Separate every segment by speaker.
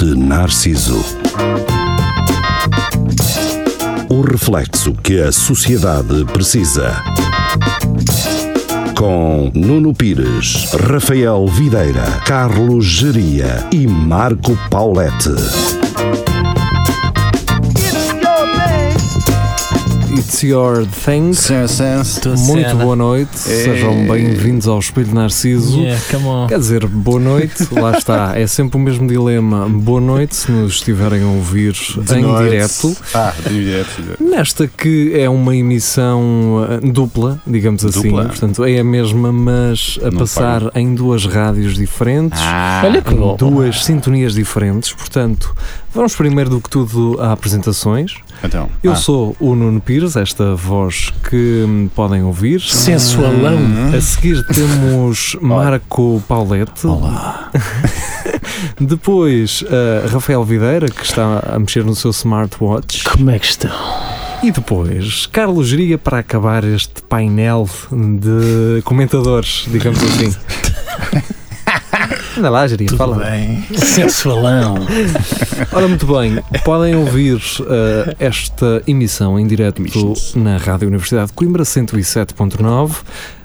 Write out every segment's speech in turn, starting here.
Speaker 1: de Narciso. O reflexo que a sociedade precisa. Com Nuno Pires, Rafael Videira, Carlos Geria e Marco Paulette.
Speaker 2: It's Your Things. Muito boa noite, sejam bem-vindos ao Espelho Narciso.
Speaker 3: Yeah, come on.
Speaker 2: Quer dizer, boa noite, lá está, é sempre o mesmo dilema. Boa noite, se nos estiverem a ouvir em direto.
Speaker 4: Ah, em direto.
Speaker 2: Nesta que é uma emissão ah, dupla, digamos assim,
Speaker 4: Dupla.
Speaker 2: portanto é a mesma, mas a
Speaker 4: Não Ah,
Speaker 2: passar em duas rádios diferentes.
Speaker 3: Olha que
Speaker 2: em
Speaker 3: bom.
Speaker 2: duas sintonias diferentes, portanto, vamos primeiro do que tudo a apresentações.
Speaker 4: Então,
Speaker 2: Eu
Speaker 4: ah,
Speaker 2: sou o Nuno Pires, esta voz que hum, podem ouvir.
Speaker 3: Sensualão.
Speaker 5: Hum.
Speaker 2: A seguir temos Marco Paulette. Olá. Depois uh, Rafael Videira, que está a mexer no seu smartwatch.
Speaker 3: Como é que estão?
Speaker 2: E depois Carlos Geria para acabar este painel de comentadores, digamos assim. Anda lá, Geria, fala.
Speaker 4: bem.
Speaker 3: Sensualão.
Speaker 2: Ora, muito bem, podem ouvir eh, esta emissão em direto na Rádio Universidade de Coimbra 107.9. ahm,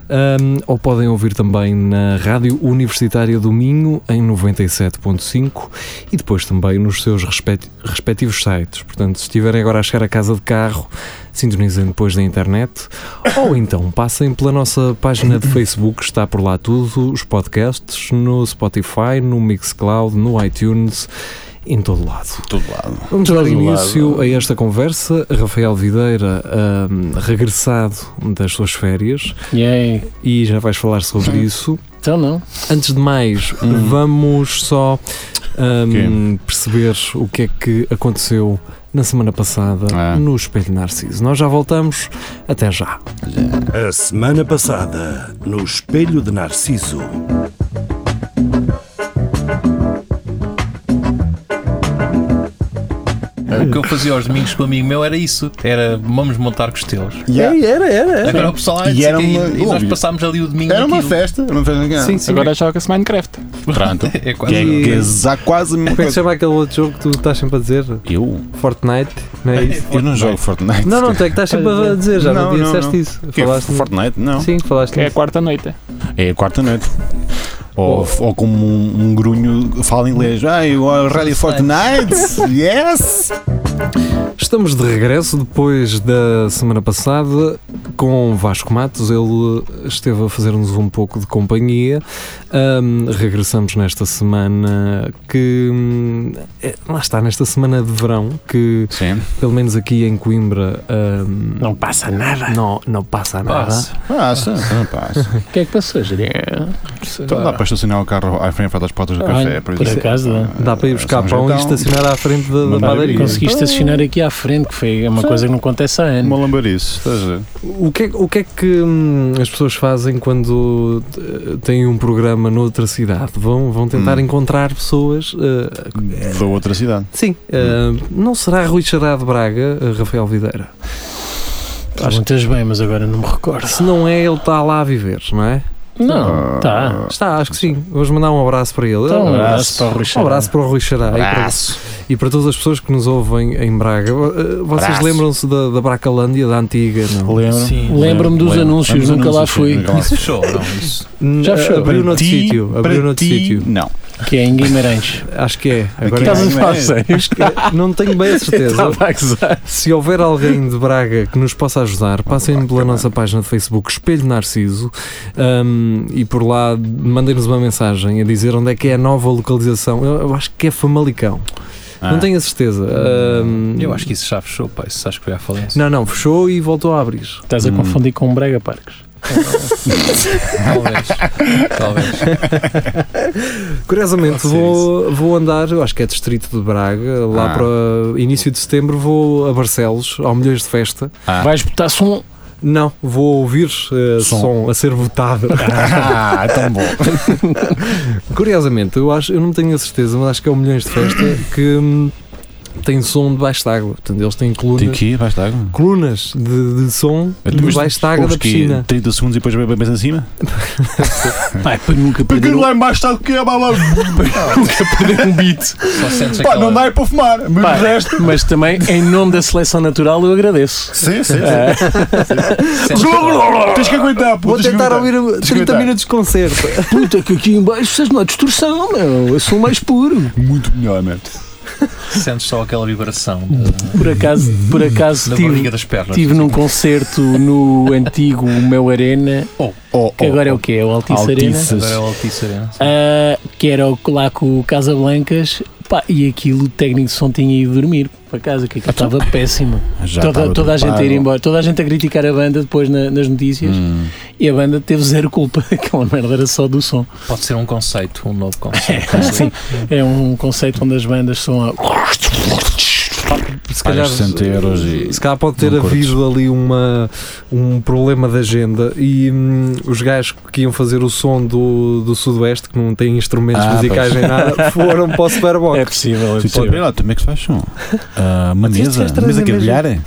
Speaker 2: ehm, ou podem ouvir também na Rádio Universitária do Minho em 97.5 e depois também nos seus respect- respectivos sites. Portanto, se estiverem agora a chegar a casa de carro, sintonizem depois da internet ou então passem pela nossa página de Facebook, está por lá tudo, os podcasts no Spotify, no Mixcloud, no iTunes, em todo lado.
Speaker 4: todo lado.
Speaker 2: Vamos dar
Speaker 3: Todo
Speaker 2: início
Speaker 3: lado.
Speaker 2: a esta conversa. Rafael Videira, ahm, regressado das suas férias,
Speaker 3: E aí?
Speaker 2: e já vais falar sobre isso.
Speaker 3: Então não.
Speaker 2: Antes de mais,
Speaker 4: Hum.
Speaker 2: vamos só ahm, perceber o que é que aconteceu na semana passada
Speaker 4: Ah.
Speaker 2: no Espelho Narciso. Nós já voltamos, até já.
Speaker 1: A semana passada, no Espelho de Narciso.
Speaker 5: É, O que eu fazia aos domingos com um amigo meu era isso: era vamos montar costelos.
Speaker 2: Era, era.
Speaker 5: Agora o pessoal
Speaker 4: E
Speaker 5: e,
Speaker 4: era uma-
Speaker 5: e nós
Speaker 4: óbvio.
Speaker 5: passámos ali o domingo.
Speaker 4: Era uma
Speaker 5: naquilo.
Speaker 4: festa. Era uma festa.
Speaker 2: Sim, sim.
Speaker 6: Agora joga-se Minecraft.
Speaker 4: Pronto.
Speaker 5: É quase.
Speaker 4: Que é há quase uma
Speaker 2: Como é que se
Speaker 4: coisa.
Speaker 2: chama aquele outro jogo que tu estás sempre a dizer?
Speaker 4: Eu?
Speaker 2: Fortnite? Não é isso?
Speaker 4: Eu não jogo Fortnite.
Speaker 2: Não, não, tu é que estás sempre a dizer, já
Speaker 4: Não,
Speaker 2: não,
Speaker 4: não,
Speaker 2: disseste
Speaker 4: não.
Speaker 2: isso.
Speaker 4: Que é Fortnite? Não.
Speaker 2: Sim, falaste
Speaker 6: Que é a
Speaker 2: nisso.
Speaker 6: quarta noite.
Speaker 4: É a quarta noite. Ou, ou como um, um grunho fala inglês. Ah, eu ready Fortnite? yes!
Speaker 2: Estamos de regresso depois da semana passada com Vasco Matos. Ele esteve a fazer-nos um pouco de companhia. Ahm, regressamos nesta semana que. hum, é, lá está, nesta semana de verão, que
Speaker 4: Sim.
Speaker 2: pelo menos aqui em Coimbra. ahm,
Speaker 3: Não passa nada.
Speaker 2: não, não passa nada.
Speaker 3: Passa.
Speaker 2: Ah.
Speaker 4: Passa, então passa.
Speaker 6: O que é que passou, Jeria?
Speaker 4: Então dá para estacionar o carro à frente das portas do
Speaker 3: Ah,
Speaker 4: café, por
Speaker 3: por
Speaker 4: exemplo. Ah, Então,
Speaker 3: acaso dá.
Speaker 2: Dá para ir buscar
Speaker 4: São
Speaker 2: pão e
Speaker 4: João.
Speaker 2: estacionar à frente da, da
Speaker 4: Uma
Speaker 2: padaria.
Speaker 4: maravilha.
Speaker 3: Conseguiste assinar aqui à frente, que foi uma
Speaker 4: Sim.
Speaker 3: coisa que não acontece há
Speaker 4: Uma
Speaker 3: anos.
Speaker 4: lambarice, estás a ver?
Speaker 2: O que, é, o que é que hum, as pessoas fazem quando eh, têm um programa noutra cidade? Vão, vão tentar
Speaker 4: Hum.
Speaker 2: encontrar pessoas. eh,
Speaker 4: Da outra cidade.
Speaker 2: sim. eh,
Speaker 4: Hum.
Speaker 2: não será Rui Chará de Braga, eh, Rafael Videira?
Speaker 3: Perguntas bem, mas agora não me recordo.
Speaker 2: Se não é, ele está lá a viver, não é?
Speaker 3: Não, tá.
Speaker 2: Está, acho que sim. Vamos mandar um abraço para ele.
Speaker 3: Então,
Speaker 2: um
Speaker 3: um abraço para o Richard.
Speaker 2: abraço para o Rui Chará e para, e para todas as pessoas que nos ouvem em Braga. Eh, Vocês
Speaker 4: Abraço.
Speaker 2: lembram-se da, da Bracalândia, da antiga? Não?
Speaker 5: Sim.
Speaker 3: Lembro-me dos
Speaker 4: Lembro-
Speaker 3: anúncios,
Speaker 4: lembro-me
Speaker 3: nunca
Speaker 4: dos
Speaker 3: lá
Speaker 4: anúncios,
Speaker 3: fui.
Speaker 4: nunca lá
Speaker 5: Isso fechou, não? Isso.
Speaker 3: Já fechou.
Speaker 2: Eh, Abriu
Speaker 4: Para
Speaker 2: noutro
Speaker 4: ti-
Speaker 2: sítio. Abriu
Speaker 4: para
Speaker 2: noutro
Speaker 4: ti,
Speaker 2: sítio.
Speaker 4: Não.
Speaker 3: Que é em Guimarães.
Speaker 2: Acho que é. Agora
Speaker 4: Estás a falar
Speaker 2: Acho que-
Speaker 4: sério?
Speaker 2: acho que- não tenho bem a certeza.
Speaker 3: Estava a gozar.
Speaker 2: Se houver alguém de Braga que nos possa ajudar, passem pela nossa página de Facebook Espelho Narciso hum, e por lá mandem-nos uma mensagem a dizer onde é que é a nova localização. Eu, eu acho que é Famalicão. Não tenho a certeza. Hum,
Speaker 5: Eu acho que isso já fechou, pá. Isso acho que foi à falência.
Speaker 2: Não, não, fechou e voltou a abrir.
Speaker 3: Estás a
Speaker 4: Hum.
Speaker 3: confundir com um Brega Parques.
Speaker 5: Talvez. Talvez.
Speaker 2: Curiosamente, vou, vou andar, eu acho que é distrito de Braga, lá
Speaker 4: Ah.
Speaker 2: para início de setembro vou a Barcelos, ao Milhões de Festa.
Speaker 4: Ah.
Speaker 3: Vais botar um- som.
Speaker 2: Não, vou ouvir eh,
Speaker 4: Som.
Speaker 2: som a ser votado.
Speaker 4: Ah, tão bom.
Speaker 2: Curiosamente, eu acho, eu não tenho a certeza, mas acho que é o Milhões de Festa que hum, tem som debaixo d'água. Portanto, eles têm coluna-
Speaker 4: Tem que ir, vais dar.
Speaker 2: colunas de, de som
Speaker 4: Mas
Speaker 2: debaixo d'água da
Speaker 4: É ouves que
Speaker 2: piscina.
Speaker 4: 30 segundos e depois bem- bem mais em cima?
Speaker 3: Pá, é para nunca perder. um-
Speaker 4: Porque
Speaker 3: o-
Speaker 4: lá embaixo está o que um. é, blá, blá,
Speaker 5: um beat. Só sentes
Speaker 4: Pá,
Speaker 5: aquela-
Speaker 4: não dá é para fumar. Mas
Speaker 3: Pá,
Speaker 4: o resto.
Speaker 3: Mas também, em nome da seleção natural, eu agradeço.
Speaker 4: Sim, sim.
Speaker 5: sentes aquela-
Speaker 4: Tens que aguentar, pô.
Speaker 2: Vou
Speaker 4: tens que
Speaker 2: tentar
Speaker 4: aguentar.
Speaker 2: ouvir
Speaker 4: Tens
Speaker 2: 30
Speaker 4: aguentar.
Speaker 2: minutos de concerto.
Speaker 3: Puta, que aqui embaixo vocês não há distorção, meu. Eu sou mais puro.
Speaker 4: Muito melhor, mano.
Speaker 5: Sentes só aquela vibração da,
Speaker 3: Por acaso, por acaso
Speaker 5: da
Speaker 3: tive,
Speaker 5: barriga das pernas.
Speaker 3: tive num concerto no antigo Meu Arena,
Speaker 4: Oh,
Speaker 3: que
Speaker 4: oh,
Speaker 3: agora é
Speaker 4: oh.
Speaker 3: o quê? É o Altice, Arena.
Speaker 4: Altice.
Speaker 5: Agora é o Altice Arena.
Speaker 3: Ah, que era o- lá com o Casablancas. Pá, e aquilo, o técnico de som tinha ido dormir para casa, que aquilo estava péssimo.
Speaker 4: Ah, Já
Speaker 3: toda
Speaker 4: estava
Speaker 3: toda a gente a ir
Speaker 4: tapado.
Speaker 3: embora, toda a gente a criticar a banda depois na- nas notícias.
Speaker 4: Hum.
Speaker 3: E a banda teve zero culpa, aquela merda era só do som.
Speaker 5: Pode ser um conceito, um novo conceito.
Speaker 3: Sim, é um conceito onde as bandas são
Speaker 2: Se
Speaker 3: a.
Speaker 2: é
Speaker 4: Pagas
Speaker 5: é
Speaker 4: 60 euros e.
Speaker 2: se calhar pode ter
Speaker 4: não curtes.
Speaker 2: havido ali uma, um problema de agenda e hum, os gajos que iam fazer o som do, do Sudoeste, que não têm instrumentos
Speaker 4: Ah,
Speaker 2: musicais nem nada, foram para o Superbox.
Speaker 3: É possível, é
Speaker 4: Sim, pode
Speaker 3: possível.
Speaker 4: ver lá, como é que se faz som? Ah, uma
Speaker 2: Vocês
Speaker 4: mesa?
Speaker 2: têm
Speaker 4: Mesa
Speaker 2: trazer
Speaker 4: grelhar?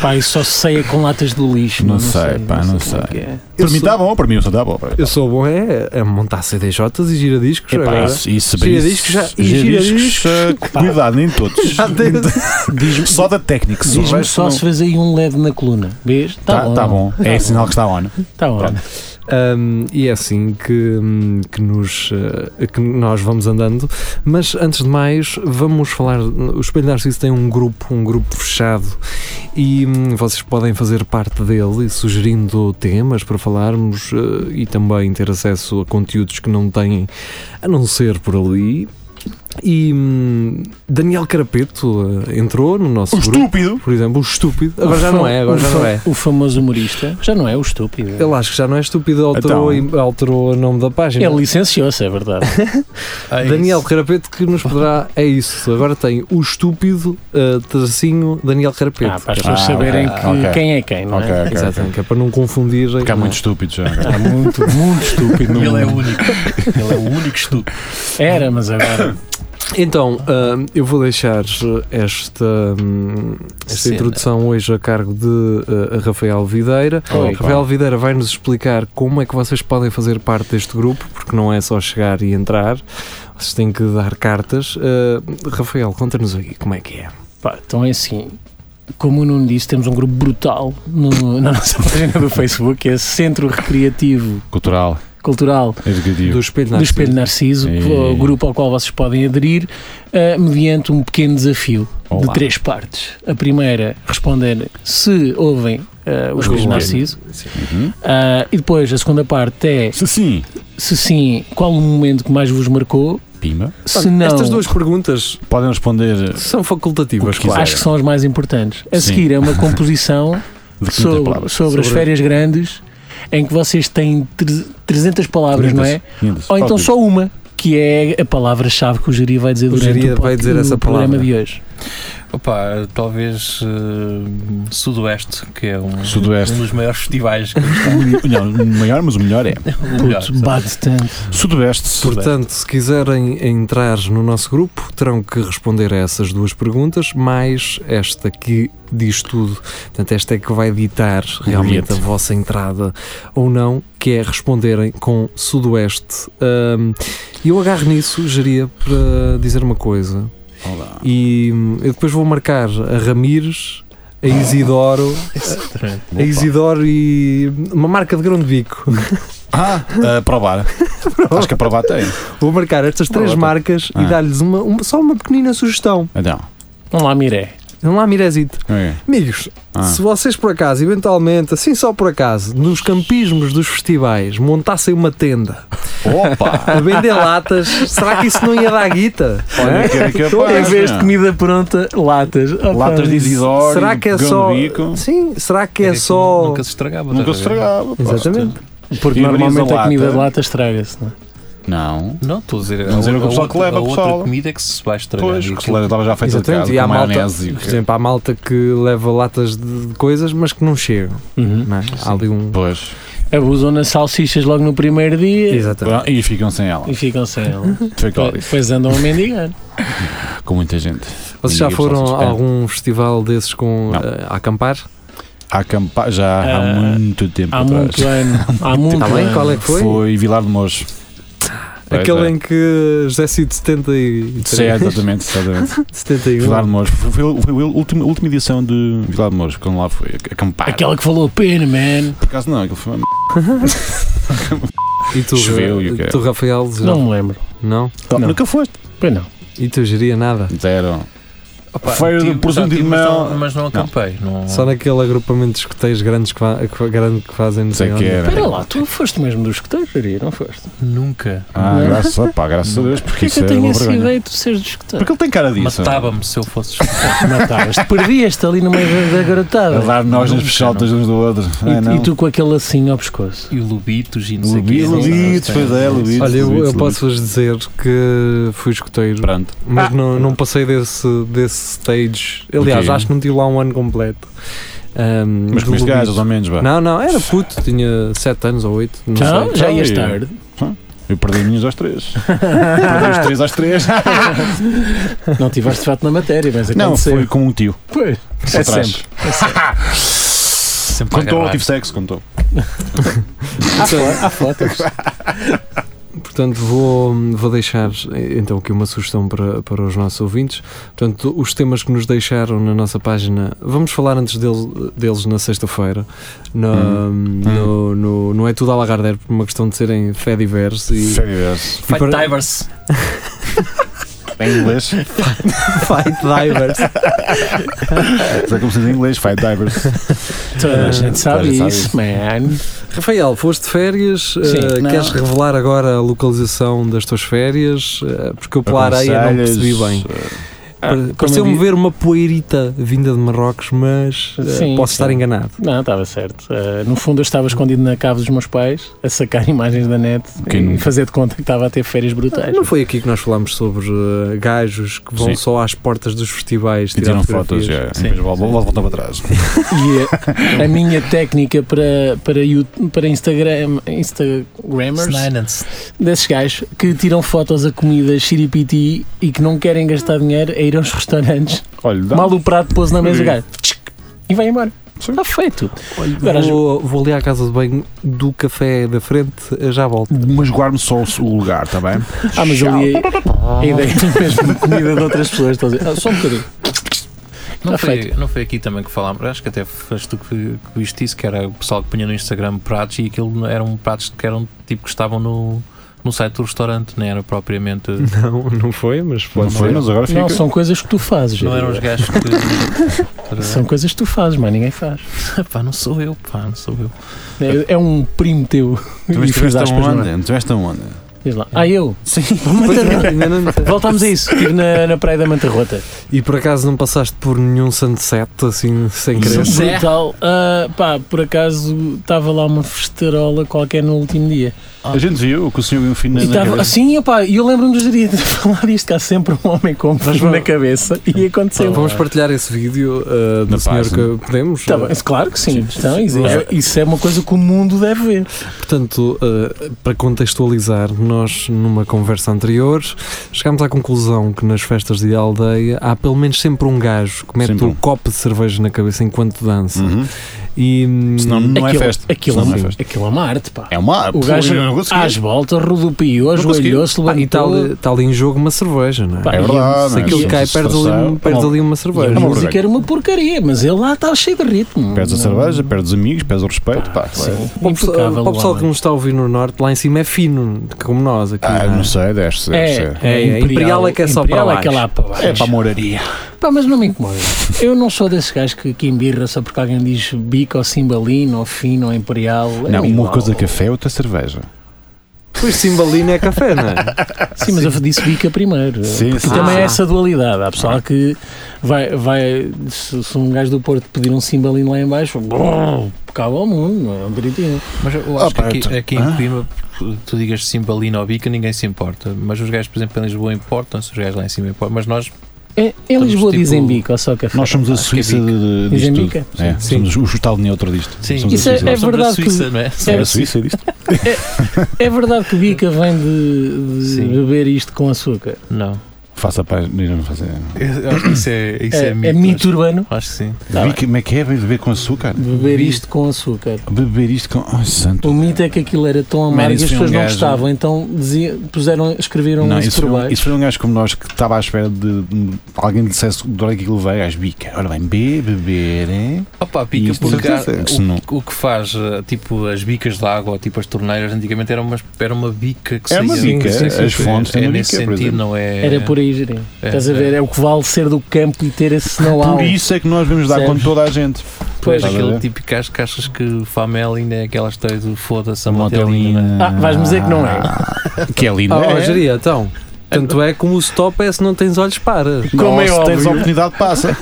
Speaker 3: Pá, isso só se ceia com latas de lixo.
Speaker 4: Não sei, pá, não sei.
Speaker 3: como é que é.
Speaker 2: Eu
Speaker 4: Para mim
Speaker 2: sou-
Speaker 4: está bom, para mim o som está bom. para mim.
Speaker 2: Eu sou bom é, é montar CDJs e giradiscos.
Speaker 4: Epá,
Speaker 2: agora.
Speaker 4: isso, isso,
Speaker 2: Gira
Speaker 4: isso-
Speaker 2: discos já- e
Speaker 4: gira
Speaker 2: gira
Speaker 4: discos,
Speaker 2: discos.
Speaker 4: ah, Cuidado, nem todos.
Speaker 2: Já tem-
Speaker 4: Só da técnica. só.
Speaker 3: Diz-me só se vês aí um LED na coluna. Vês? Tá,
Speaker 4: Tá, tá bom. É sinal que está on.
Speaker 3: Tá bom.
Speaker 2: Um, e é assim que, hum, que, nos, eh, que nós vamos andando. Mas antes de mais, vamos falar. O Espelho Narciso tem um grupo, um grupo fechado, e hum, vocês podem fazer parte dele, sugerindo temas para falarmos eh, e também ter acesso a conteúdos que não têm a não ser por ali. E hum, Daniel Carapeto eh, entrou no nosso
Speaker 4: O
Speaker 2: grupo,
Speaker 4: estúpido.
Speaker 2: por exemplo, o estúpido. Agora
Speaker 3: O
Speaker 2: já
Speaker 3: fam-
Speaker 2: não é, agora
Speaker 3: o
Speaker 2: já
Speaker 3: fam-
Speaker 2: não é.
Speaker 3: O famoso humorista. Já não é o estúpido.
Speaker 2: Ele acho que já não é estúpido, alterou,
Speaker 4: Então.
Speaker 2: e- alterou o nome da página.
Speaker 3: Ele licenciou-se, é verdade.
Speaker 5: É isso.
Speaker 2: Daniel Carapeto que nos poderá. É isso. Agora tem o estúpido uh, tracinho Daniel Carapeto.
Speaker 3: Ah, para as pessoas
Speaker 4: Ah,
Speaker 3: saberem
Speaker 4: ok,
Speaker 3: que-
Speaker 4: ok.
Speaker 3: quem é quem, não
Speaker 4: Ok,
Speaker 3: é?
Speaker 4: ok.
Speaker 2: Exatamente, que é para não confundir.
Speaker 4: Porque há
Speaker 2: não é?
Speaker 4: muito estúpido já. agora.
Speaker 3: Há muito, muito estúpido. no
Speaker 5: Ele é o
Speaker 3: mundo.
Speaker 5: único. Ele é o único estúpido.
Speaker 3: Era, mas agora.
Speaker 2: Então, hum, eu vou deixar esta, hum, esta
Speaker 5: Cena.
Speaker 2: introdução hoje a cargo de uh, Rafael Videira.
Speaker 3: Oi.
Speaker 2: Rafael Videira vai nos explicar como é que vocês podem fazer parte deste grupo, porque não é só chegar e entrar, vocês têm que dar cartas. Uh, Rafael, conta-nos aí como é que é.
Speaker 3: Pá, então é assim. Como o Nuno disse, temos um grupo brutal no- na nossa página do Facebook, que é Centro Recreativo
Speaker 4: Cultural,
Speaker 3: Cultural
Speaker 4: educativo.
Speaker 2: Do espelho
Speaker 3: do
Speaker 2: Narciso.
Speaker 3: Espelho Narciso,
Speaker 4: E-
Speaker 3: o grupo ao qual vocês podem aderir, eh, mediante um pequeno desafio
Speaker 4: Olá.
Speaker 3: de três partes. A primeira, responder se ouvem eh, o Espelho
Speaker 2: Ouvem.
Speaker 3: Narciso.
Speaker 4: Uhum.
Speaker 3: Ah, e depois, a segunda parte é,
Speaker 4: Se sim,
Speaker 3: se sim, qual o momento que mais vos marcou?
Speaker 4: pima.
Speaker 3: Se não,
Speaker 2: Estas duas perguntas
Speaker 4: Podem responder
Speaker 2: são facultativas,
Speaker 4: O que quiser.
Speaker 2: claro.
Speaker 3: acho que são as mais importantes. A
Speaker 4: Sim.
Speaker 3: seguir, é uma composição
Speaker 4: de 500
Speaker 3: sobre,
Speaker 4: palavras.
Speaker 3: sobre as
Speaker 2: Sobre-
Speaker 3: férias grandes, em que vocês têm tre- 300 palavras, não é?
Speaker 4: 500.
Speaker 3: Ou então
Speaker 4: Ok.
Speaker 3: só uma, que é a palavra-chave que o Jiri vai dizer
Speaker 2: O
Speaker 3: durante
Speaker 2: Jiri
Speaker 3: o pod-
Speaker 2: vai dizer
Speaker 3: o
Speaker 2: essa
Speaker 3: programa
Speaker 2: palavra.
Speaker 3: de hoje.
Speaker 5: Opa, talvez eh, Sudoeste, que é um,
Speaker 4: Sudoeste.
Speaker 5: um dos maiores festivais.
Speaker 4: O melhor- o melhor, mas o melhor é.
Speaker 5: O melhor,
Speaker 3: Puto, bate tanto.
Speaker 4: Sudoeste. Sudoeste.
Speaker 2: Portanto, se quiserem entrar no nosso grupo, terão que responder a essas duas perguntas, mais esta que diz tudo. Portanto, esta é que vai ditar realmente a
Speaker 4: bilhete.
Speaker 2: vossa entrada ou não, que é responderem com Sudoeste. Ahm, E eu agarro nisso, geria, para dizer uma coisa.
Speaker 4: Olá.
Speaker 2: E hum, eu depois vou marcar a Ramires, a Isidoro,
Speaker 5: Exatamente.
Speaker 2: a Isidoro e uma marca de grão de bico.
Speaker 4: Ah, a provar. Acho que a provar tem.
Speaker 2: Vou marcar estas três
Speaker 4: Boa, tá.
Speaker 2: marcas
Speaker 4: Ah.
Speaker 2: e dar-lhes uma, uma- só uma pequenina sugestão.
Speaker 4: Então.
Speaker 3: Vamos lá, Miré.
Speaker 2: Vão lá, Mirezito.
Speaker 4: ok.
Speaker 2: Amigos,
Speaker 4: Ah.
Speaker 2: se vocês por acaso, eventualmente, assim só por acaso, nos campismos dos festivais, montassem uma tenda
Speaker 4: Opa!
Speaker 2: a vender latas, será que isso não ia dar guita? é?
Speaker 4: Olha que era capaz,
Speaker 3: Em É vez de um
Speaker 4: não. é?
Speaker 3: comida pronta, latas. Opa,
Speaker 4: Ah, Latas de Isidoro,
Speaker 2: será que é
Speaker 4: grão
Speaker 2: só.
Speaker 4: de bico.
Speaker 2: Sim, será que
Speaker 5: Era
Speaker 2: é
Speaker 5: que
Speaker 2: só.
Speaker 5: Nunca se estragava.
Speaker 4: Nunca
Speaker 5: estás
Speaker 4: se
Speaker 5: a ver?
Speaker 4: estragava. pá.
Speaker 2: Exatamente.
Speaker 3: Porque
Speaker 4: E abris a
Speaker 3: normalmente a comida
Speaker 4: lata.
Speaker 3: de lata estraga-se, não é?
Speaker 4: Não.
Speaker 5: Não, estou a dizer.
Speaker 4: Não dizer o que o pessoal que leva,
Speaker 5: a
Speaker 4: o
Speaker 5: outra
Speaker 4: pessoal.
Speaker 5: comida é que se vai estragar.
Speaker 4: Pois,
Speaker 5: E
Speaker 4: porque
Speaker 5: aquilo-
Speaker 4: se estava já feito de casa,
Speaker 2: Exatamente, e
Speaker 4: com
Speaker 2: há malta,
Speaker 4: maionese e o
Speaker 2: por
Speaker 4: quê.
Speaker 2: exemplo, há malta que leva latas de de coisas, mas que não chegam.
Speaker 3: Uhum.
Speaker 2: não é? Há ali um,
Speaker 4: Pois.
Speaker 3: abusam nas salsichas logo no primeiro dia
Speaker 2: Exatamente.
Speaker 4: E ficam sem ela.
Speaker 3: e ficam sem ela.
Speaker 4: Foi claro,
Speaker 3: Depois andam a mendigar.
Speaker 4: com muita gente.
Speaker 2: Vocês já
Speaker 4: Ninguém
Speaker 2: foram
Speaker 4: precisa
Speaker 2: a
Speaker 4: de
Speaker 2: algum festival desses com
Speaker 4: Não.
Speaker 2: eh, a acampar?
Speaker 4: A acampar já há
Speaker 3: Ah,
Speaker 4: muito tempo
Speaker 3: Há
Speaker 4: atrás.
Speaker 3: muito ano. Há muito
Speaker 2: Está bem? Qual é
Speaker 3: ano.
Speaker 2: que foi?
Speaker 4: Foi Vilar de Mouros. Pois
Speaker 2: Aquele
Speaker 4: é.
Speaker 2: em que José Cid
Speaker 4: Sim,
Speaker 2: 73,
Speaker 4: exatamente, exatamente.
Speaker 2: 71.
Speaker 4: Vilar de Mouros. Foi, foi, foi a última, última edição de Vilar de Mouros, quando lá foi acampar.
Speaker 3: Aquela que falou pena, man.
Speaker 4: Por acaso não, aquilo foi uma...
Speaker 2: E tu, eh,
Speaker 4: Choveu e o quê?
Speaker 2: tu Rafael, já-
Speaker 3: Não me lembro.
Speaker 2: não?
Speaker 4: Não. Nunca foste.
Speaker 3: Pois não.
Speaker 2: E tu geria nada?
Speaker 4: Zero.
Speaker 5: Opa,
Speaker 4: Feira de
Speaker 5: tive-
Speaker 4: presunto
Speaker 5: já
Speaker 4: e
Speaker 5: tive,
Speaker 4: de
Speaker 5: mas
Speaker 4: mel.
Speaker 5: não- Mas não acampei. Não.
Speaker 2: Só naquele agrupamento de escoteiros grandes que, fa que, grande que fazem no
Speaker 4: Sei que é. era.
Speaker 3: Espera lá, tu foste mesmo dos escuteiros, não foste?
Speaker 5: Nunca.
Speaker 4: Ah,
Speaker 3: Não.
Speaker 4: graças, opá, graças a Deus,
Speaker 3: Porquê
Speaker 4: porque
Speaker 3: é que
Speaker 4: isso
Speaker 3: eu
Speaker 4: é
Speaker 3: tenho
Speaker 4: uma
Speaker 3: essa
Speaker 4: vergonha.
Speaker 3: ideia de tu seres escuteiro?
Speaker 4: Porque ele tem cara disso.
Speaker 5: Matava-me se eu fosse.
Speaker 3: Matavas-te, perdias-te ali no meio da- da
Speaker 4: A
Speaker 3: garotada.
Speaker 4: dar nós nas peixotas uns do outro.
Speaker 3: E-
Speaker 4: Ai, não.
Speaker 3: E, tu com aquele lacinho ao pescoço.
Speaker 5: E o Lubitos e não sei o
Speaker 4: Lubi,
Speaker 5: quê. não sei, não
Speaker 4: Lubitos,
Speaker 5: sei.
Speaker 4: pois é, Lubitos.
Speaker 2: Olha, eu,
Speaker 4: Lubitos,
Speaker 2: eu posso-vos dizer que fui escoteiro,
Speaker 4: Pronto.
Speaker 2: mas não, não passei desse, desse stage. Aliás,
Speaker 4: Ah. Ok.
Speaker 2: acho que não tive lá um ano completo. Ahm,
Speaker 4: Mas
Speaker 2: do
Speaker 4: comeste
Speaker 2: Lubito.
Speaker 4: gajas, ao menos, vá.
Speaker 2: Não, não, era puto, tinha 7 anos ou 8, não
Speaker 3: Já,
Speaker 2: sei.
Speaker 3: já
Speaker 4: Então,
Speaker 3: ias
Speaker 4: e-
Speaker 3: tarde.
Speaker 4: Eu perdi as minhas aos três. perdi os três aos três.
Speaker 3: Não tiveste fato na matéria, mas
Speaker 4: Não,
Speaker 3: aconteceu.
Speaker 4: foi com um tio.
Speaker 3: Pois,
Speaker 4: Por trás.
Speaker 5: Sempre a
Speaker 4: Contou,
Speaker 5: agarrar.
Speaker 4: tive sexo, contou.
Speaker 3: Há, fo- há fotos.
Speaker 2: Portanto, vou, vou deixar eh, então aqui uma sugestão para, para os nossos ouvintes. Portanto, os temas que nos deixaram na nossa página, vamos falar antes dele- deles na sexta-feira, no, no, no- não é tudo a lagarder por uma questão de serem fé diverso e
Speaker 4: Sério, Deus.
Speaker 5: Fight
Speaker 2: para-
Speaker 5: Divers.
Speaker 4: Em inglês.
Speaker 2: fight divers.
Speaker 4: Isso é como se diz em inglês, fight divers.
Speaker 3: Toda a gente sabe
Speaker 4: sabe
Speaker 3: isso, man.
Speaker 2: Rafael, foste de férias, eh,
Speaker 3: não.
Speaker 2: queres revelar agora a localização das tuas férias? Eh, porque eu pela areia não
Speaker 4: Aconselhas,
Speaker 2: percebi bem.
Speaker 4: eh,
Speaker 3: Ah, como
Speaker 2: Pareceu-me
Speaker 3: eu vi-
Speaker 2: ver uma poeirita vinda de Marrocos, mas eh,
Speaker 3: Sim,
Speaker 2: posso
Speaker 3: sim.
Speaker 2: estar enganado.
Speaker 3: Não, estava certo. Ah, no fundo, eu estava escondido na cave dos meus pais, a sacar imagens da net
Speaker 4: Quem
Speaker 3: e
Speaker 4: nunca?
Speaker 3: fazer de conta que estava a ter férias brutais.
Speaker 2: Não foi aqui que nós falámos sobre eh, gajos que vão
Speaker 4: Sim.
Speaker 2: só às portas dos festivais
Speaker 4: E
Speaker 2: tirar
Speaker 4: tiram fotos,
Speaker 2: fotografias?
Speaker 4: já.
Speaker 5: Sim,
Speaker 4: Depois vol- vol- voltam para trás.
Speaker 3: E a, a minha técnica para, para, YouTube, para Instagram, Instagrammers
Speaker 5: Sninance.
Speaker 3: desses gajos que tiram fotos a comida xiripiti e que não querem gastar dinheiro a ir aos restaurantes.
Speaker 4: Olha, dá.
Speaker 3: Mal o prato pôs na mesa, o
Speaker 4: Sim.
Speaker 3: gajo tchic, e vai embora.
Speaker 4: Sim.
Speaker 3: Está feito. Agora,
Speaker 2: Olha, vou, vou ali à casa de banho do café da frente, eh, já volto.
Speaker 4: Mas guarde-me só o- o lugar, está bem?
Speaker 3: Ah, mas ali a ideia mesmo de comida de outras pessoas. Estás a dizer, "Ah, só um bocadinho.
Speaker 5: Não
Speaker 3: Tá
Speaker 5: foi,
Speaker 3: feito.
Speaker 5: não foi aqui também que falámos, acho que até foste tu que, que viste isso, que era o pessoal que punha no Instagram pratos e aquilo eram pratos que eram tipo que estavam no, no site do restaurante, não era propriamente.
Speaker 2: Não, não foi, mas
Speaker 4: Pode ser, mas agora fica.
Speaker 3: Não, são coisas que tu fazes.
Speaker 5: Não
Speaker 3: eu
Speaker 5: eram os
Speaker 3: digo.
Speaker 5: gajos que. é?
Speaker 3: São coisas que tu fazes, mas ninguém faz.
Speaker 5: Pá, não sou eu, pá, não sou eu.
Speaker 3: É, é um primo teu.
Speaker 4: Tu
Speaker 3: E fiz
Speaker 4: estiveste
Speaker 3: aspas, não é?
Speaker 4: aonde? Tu estiveste aonde?
Speaker 3: Diz lá. Ah, eu?
Speaker 4: Sim.
Speaker 2: Ainda não-
Speaker 3: Voltámos a isso. Estive na, na Praia da Manta Rota.
Speaker 2: E por acaso não passaste por nenhum sunset assim sem querer?
Speaker 5: Sunset. Zé.
Speaker 3: Brutal. Ah, pá, por acaso estava lá uma festarola qualquer no último dia.
Speaker 4: A gente viu que o senhor viu um fim na
Speaker 3: E
Speaker 4: na
Speaker 3: estava
Speaker 4: cabeça.
Speaker 3: assim, opá, e eu lembro-me dos dias de falar disto, que há sempre um homem com um
Speaker 2: Mas
Speaker 3: na
Speaker 2: vamos-
Speaker 3: cabeça e aconteceu.
Speaker 2: Vamos partilhar esse vídeo eh, do
Speaker 4: Na
Speaker 2: senhor
Speaker 4: página.
Speaker 2: que podemos. eh,
Speaker 3: Tá bem, claro que sim. Então, isso,
Speaker 2: Mas-
Speaker 3: é, isso é uma coisa que o mundo deve ver.
Speaker 2: Portanto, eh, para contextualizar, nós numa conversa anterior chegámos à conclusão que nas festas de aldeia há pelo menos sempre um gajo que mete
Speaker 4: Sempre
Speaker 2: o
Speaker 4: um.
Speaker 2: copo de cerveja na cabeça enquanto dança.
Speaker 4: Uhum.
Speaker 2: E hum,
Speaker 4: Senão não é
Speaker 3: assim. aquilo,
Speaker 4: festa.
Speaker 3: Aquilo,
Speaker 4: Senão não é
Speaker 3: é
Speaker 4: festa.
Speaker 3: aquilo é uma arte, pá.
Speaker 4: É uma
Speaker 3: o
Speaker 4: pô,
Speaker 3: gajo
Speaker 4: eu não consegui.
Speaker 3: às voltas rodopiou,
Speaker 4: Não consegui. então,
Speaker 3: ajoelhou-se,
Speaker 2: pá, e está
Speaker 3: levantou.
Speaker 2: ali, tá ali em jogo uma cerveja, não é?
Speaker 3: Pá,
Speaker 4: É verdade,
Speaker 3: Se
Speaker 4: não é?
Speaker 2: Aquilo
Speaker 4: se-
Speaker 2: cai,
Speaker 4: se
Speaker 2: perdes ali,
Speaker 4: disfarçar,
Speaker 2: um- perdes
Speaker 4: não.
Speaker 2: ali uma
Speaker 3: E a
Speaker 2: cerveja.
Speaker 4: Não,
Speaker 3: música
Speaker 4: verdade.
Speaker 3: era uma porcaria, mas ele lá estava cheio de ritmo.
Speaker 4: Perdes a cerveja, perdes os amigos, perdes o respeito. Pá,
Speaker 3: um- Sim,
Speaker 4: claro.
Speaker 2: Para o pessoal-
Speaker 3: impecável
Speaker 2: para o
Speaker 3: o
Speaker 2: pessoal que
Speaker 3: homem.
Speaker 2: nos está a ouvir no Norte, lá em cima é fino, como nós aqui.
Speaker 4: Ah,
Speaker 2: não é?
Speaker 4: não sei, desce, desce.
Speaker 3: É,
Speaker 4: É,
Speaker 2: É, é, Imperial é que é só
Speaker 3: Imperial
Speaker 2: para
Speaker 3: é que é lá para baixo.
Speaker 4: para a moraria.
Speaker 3: Pá, mas não me incomoda. Eu não sou desse gajo que, que embirra só porque alguém diz bico ou cimbalino ou fino ou imperial. É
Speaker 4: Não, uma
Speaker 3: igual.
Speaker 4: coisa é café, outra é cerveja.
Speaker 2: Pois cimbalina é café, não é?
Speaker 3: Sim, mas eu disse bica primeiro.
Speaker 4: Assim. Sim,
Speaker 3: Porque
Speaker 4: sim. Ah.
Speaker 3: também
Speaker 2: Ah.
Speaker 3: é essa dualidade. Há pessoal que vai. vai se, se um gajo do Porto pedir um cimbalino lá em baixo, brrr, acaba o mundo, não é um direitinho.
Speaker 5: Mas eu acho
Speaker 4: Opa,
Speaker 5: que aqui,
Speaker 4: tu-
Speaker 5: aqui
Speaker 4: Hã?
Speaker 5: em Coimbra, tu digas cimbalina ou bica, ninguém se importa. Mas os gajos, por exemplo, em Lisboa importam-se, os gajos lá em cima importam, mas nós
Speaker 3: Em, é em
Speaker 5: Estamos
Speaker 3: Lisboa
Speaker 5: tipo-
Speaker 3: dizem bico ou só café?
Speaker 4: Nós somos a
Speaker 5: Acho que é
Speaker 4: Suíça de, de,
Speaker 3: Dizem
Speaker 4: disto
Speaker 3: bica?
Speaker 4: tudo. É,
Speaker 2: Sim.
Speaker 4: Somos o estado neutro disto.
Speaker 5: Sim,
Speaker 4: somos
Speaker 3: Isso
Speaker 4: a
Speaker 3: é-
Speaker 4: Suíça.
Speaker 3: é
Speaker 5: Somos da
Speaker 3: verdade que-
Speaker 5: Suíça, não é? Somos
Speaker 4: É
Speaker 5: da
Speaker 4: a Suíça disto?
Speaker 3: É verdade que bica vem de, de
Speaker 5: Sim.
Speaker 3: beber isto com açúcar.
Speaker 5: Suíça. Não.
Speaker 4: Faça paz. Não faça.
Speaker 5: Eu acho que isso é, isso
Speaker 3: É,
Speaker 5: é,
Speaker 3: é
Speaker 5: mito.
Speaker 3: mito urbano
Speaker 5: Acho, acho que sim.
Speaker 3: Tá
Speaker 4: Bica- Como é que é? Vai beber com açúcar?
Speaker 3: beber
Speaker 5: Bico.
Speaker 3: isto com açúcar.
Speaker 4: Beber isto com. Ai, santo.
Speaker 3: O mito é que aquilo era tão
Speaker 4: Man,
Speaker 3: amargo e
Speaker 4: isso
Speaker 3: as
Speaker 4: foi um
Speaker 3: pessoas não
Speaker 4: gajo-
Speaker 3: gostavam, então dizia, puseram, escreveram
Speaker 4: Não,
Speaker 3: isso,
Speaker 4: isso,
Speaker 3: por
Speaker 4: foi um,
Speaker 3: baixo.
Speaker 4: isso foi um gajo como nós que estava à espera de, de alguém dissesse do que aquilo veio, às bica. Ora bem, be- beber, hein?
Speaker 5: Opa, pica
Speaker 4: Isto,
Speaker 5: porque
Speaker 4: certeza.
Speaker 5: há-
Speaker 4: Isso não.
Speaker 5: o, o que faz, eh, tipo, as bicas de água, tipo as torneiras, antigamente era uma, era uma bica que
Speaker 4: É uma
Speaker 5: saía.
Speaker 4: bica,
Speaker 2: sim, sim,
Speaker 4: as
Speaker 2: sim.
Speaker 4: fontes têm
Speaker 5: É
Speaker 4: uma
Speaker 5: nesse
Speaker 4: bica, por
Speaker 5: sentido,
Speaker 4: exemplo.
Speaker 5: não é.
Speaker 3: Era por aí, Jerim.
Speaker 5: é-
Speaker 3: Estás a ver? É o que vale ser do campo e ter esse know-how.
Speaker 4: Por isso é que nós vamos dar
Speaker 3: Percebes?
Speaker 4: com toda a gente.
Speaker 3: Pois.
Speaker 5: Pois,
Speaker 4: Estás a
Speaker 5: aquele
Speaker 4: ver?
Speaker 5: tipo que acho que achas que Famel ainda é aquela história do foda-se a
Speaker 4: Uma
Speaker 5: motelinha. né?
Speaker 4: hotelinha.
Speaker 3: Ah, vais-me dizer que não é.
Speaker 4: Que é linda.
Speaker 2: Ah, ó,
Speaker 4: é.
Speaker 2: geria, então. Tanto é como o stop é se não tens olhos para.
Speaker 4: Não,
Speaker 3: Como é
Speaker 4: se tens a
Speaker 3: óbvio.
Speaker 4: oportunidade, passa.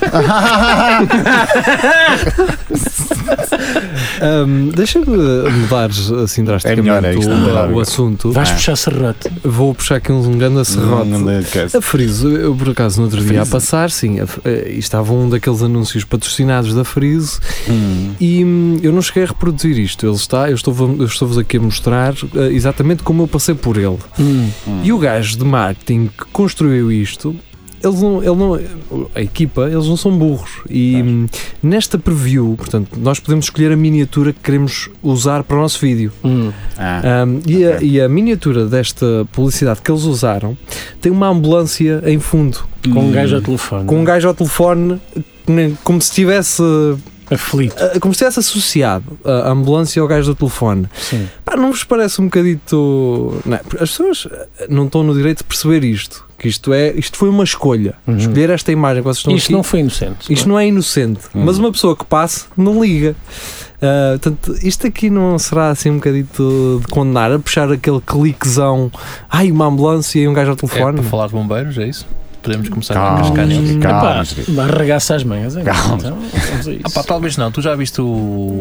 Speaker 2: Ahm, Deixa-me mudar assim drasticamente
Speaker 4: melhor, é isto, não tem nada a
Speaker 2: o, o
Speaker 4: ver.
Speaker 2: assunto.
Speaker 3: Vais puxar serrote.
Speaker 2: Vou puxar aqui um, um grande acerrote.
Speaker 4: Não, não é que é-
Speaker 2: A Friso, eu por acaso no outro dia a
Speaker 4: Friso?
Speaker 2: passar, sim, a, eh, estava um daqueles anúncios patrocinados da Friso
Speaker 4: Hum.
Speaker 2: e hum, eu não cheguei a reproduzir isto. Ele está, eu estou- eu estou-vos aqui a mostrar eh, exatamente como eu passei por ele.
Speaker 3: Hum.
Speaker 2: E o gajo de marketing que construiu isto, eles não, ele não, a equipa, eles não são burros. E hum, nesta preview, portanto, nós podemos escolher a miniatura que queremos usar para o nosso vídeo.
Speaker 3: Hum.
Speaker 4: Ah.
Speaker 2: Um, e, a,
Speaker 4: Ok.
Speaker 2: e a miniatura desta publicidade que eles usaram tem uma ambulância em fundo,
Speaker 3: Com um gajo ao
Speaker 4: Hum.
Speaker 3: telefone.
Speaker 2: com um gajo ao telefone né, como se tivesse uh,
Speaker 3: Aflito.
Speaker 2: como se tivesse associado a ambulância ao gajo do telefone.
Speaker 3: Sim.
Speaker 2: Pá, não vos parece um bocadito. Não, as pessoas uh, não estão no direito de perceber isto. Que isto é. Isto foi uma escolha.
Speaker 4: Hum.
Speaker 3: Uhum.
Speaker 2: Escolher esta imagem que vocês estão
Speaker 3: Isto
Speaker 2: aqui-
Speaker 3: não foi inocente.
Speaker 2: isto não é inocente,
Speaker 4: Hum.
Speaker 2: mas uma pessoa que passa não liga. Ah, portanto, isto aqui não será assim um bocadito de condenar a puxar aquele cliquezão. Ai, uma ambulância e um gajo ao
Speaker 5: É para
Speaker 2: telefone.
Speaker 5: falar de bombeiros, é isso? Podemos começar a
Speaker 4: Calma,
Speaker 5: cascar neles.
Speaker 4: calma,
Speaker 3: Epá,
Speaker 4: Jerim.
Speaker 3: vai arregaçar as manhas. é?
Speaker 4: Calma.
Speaker 3: Então, vamos a isso.
Speaker 5: Ah, pá, talvez não, tu já viste o,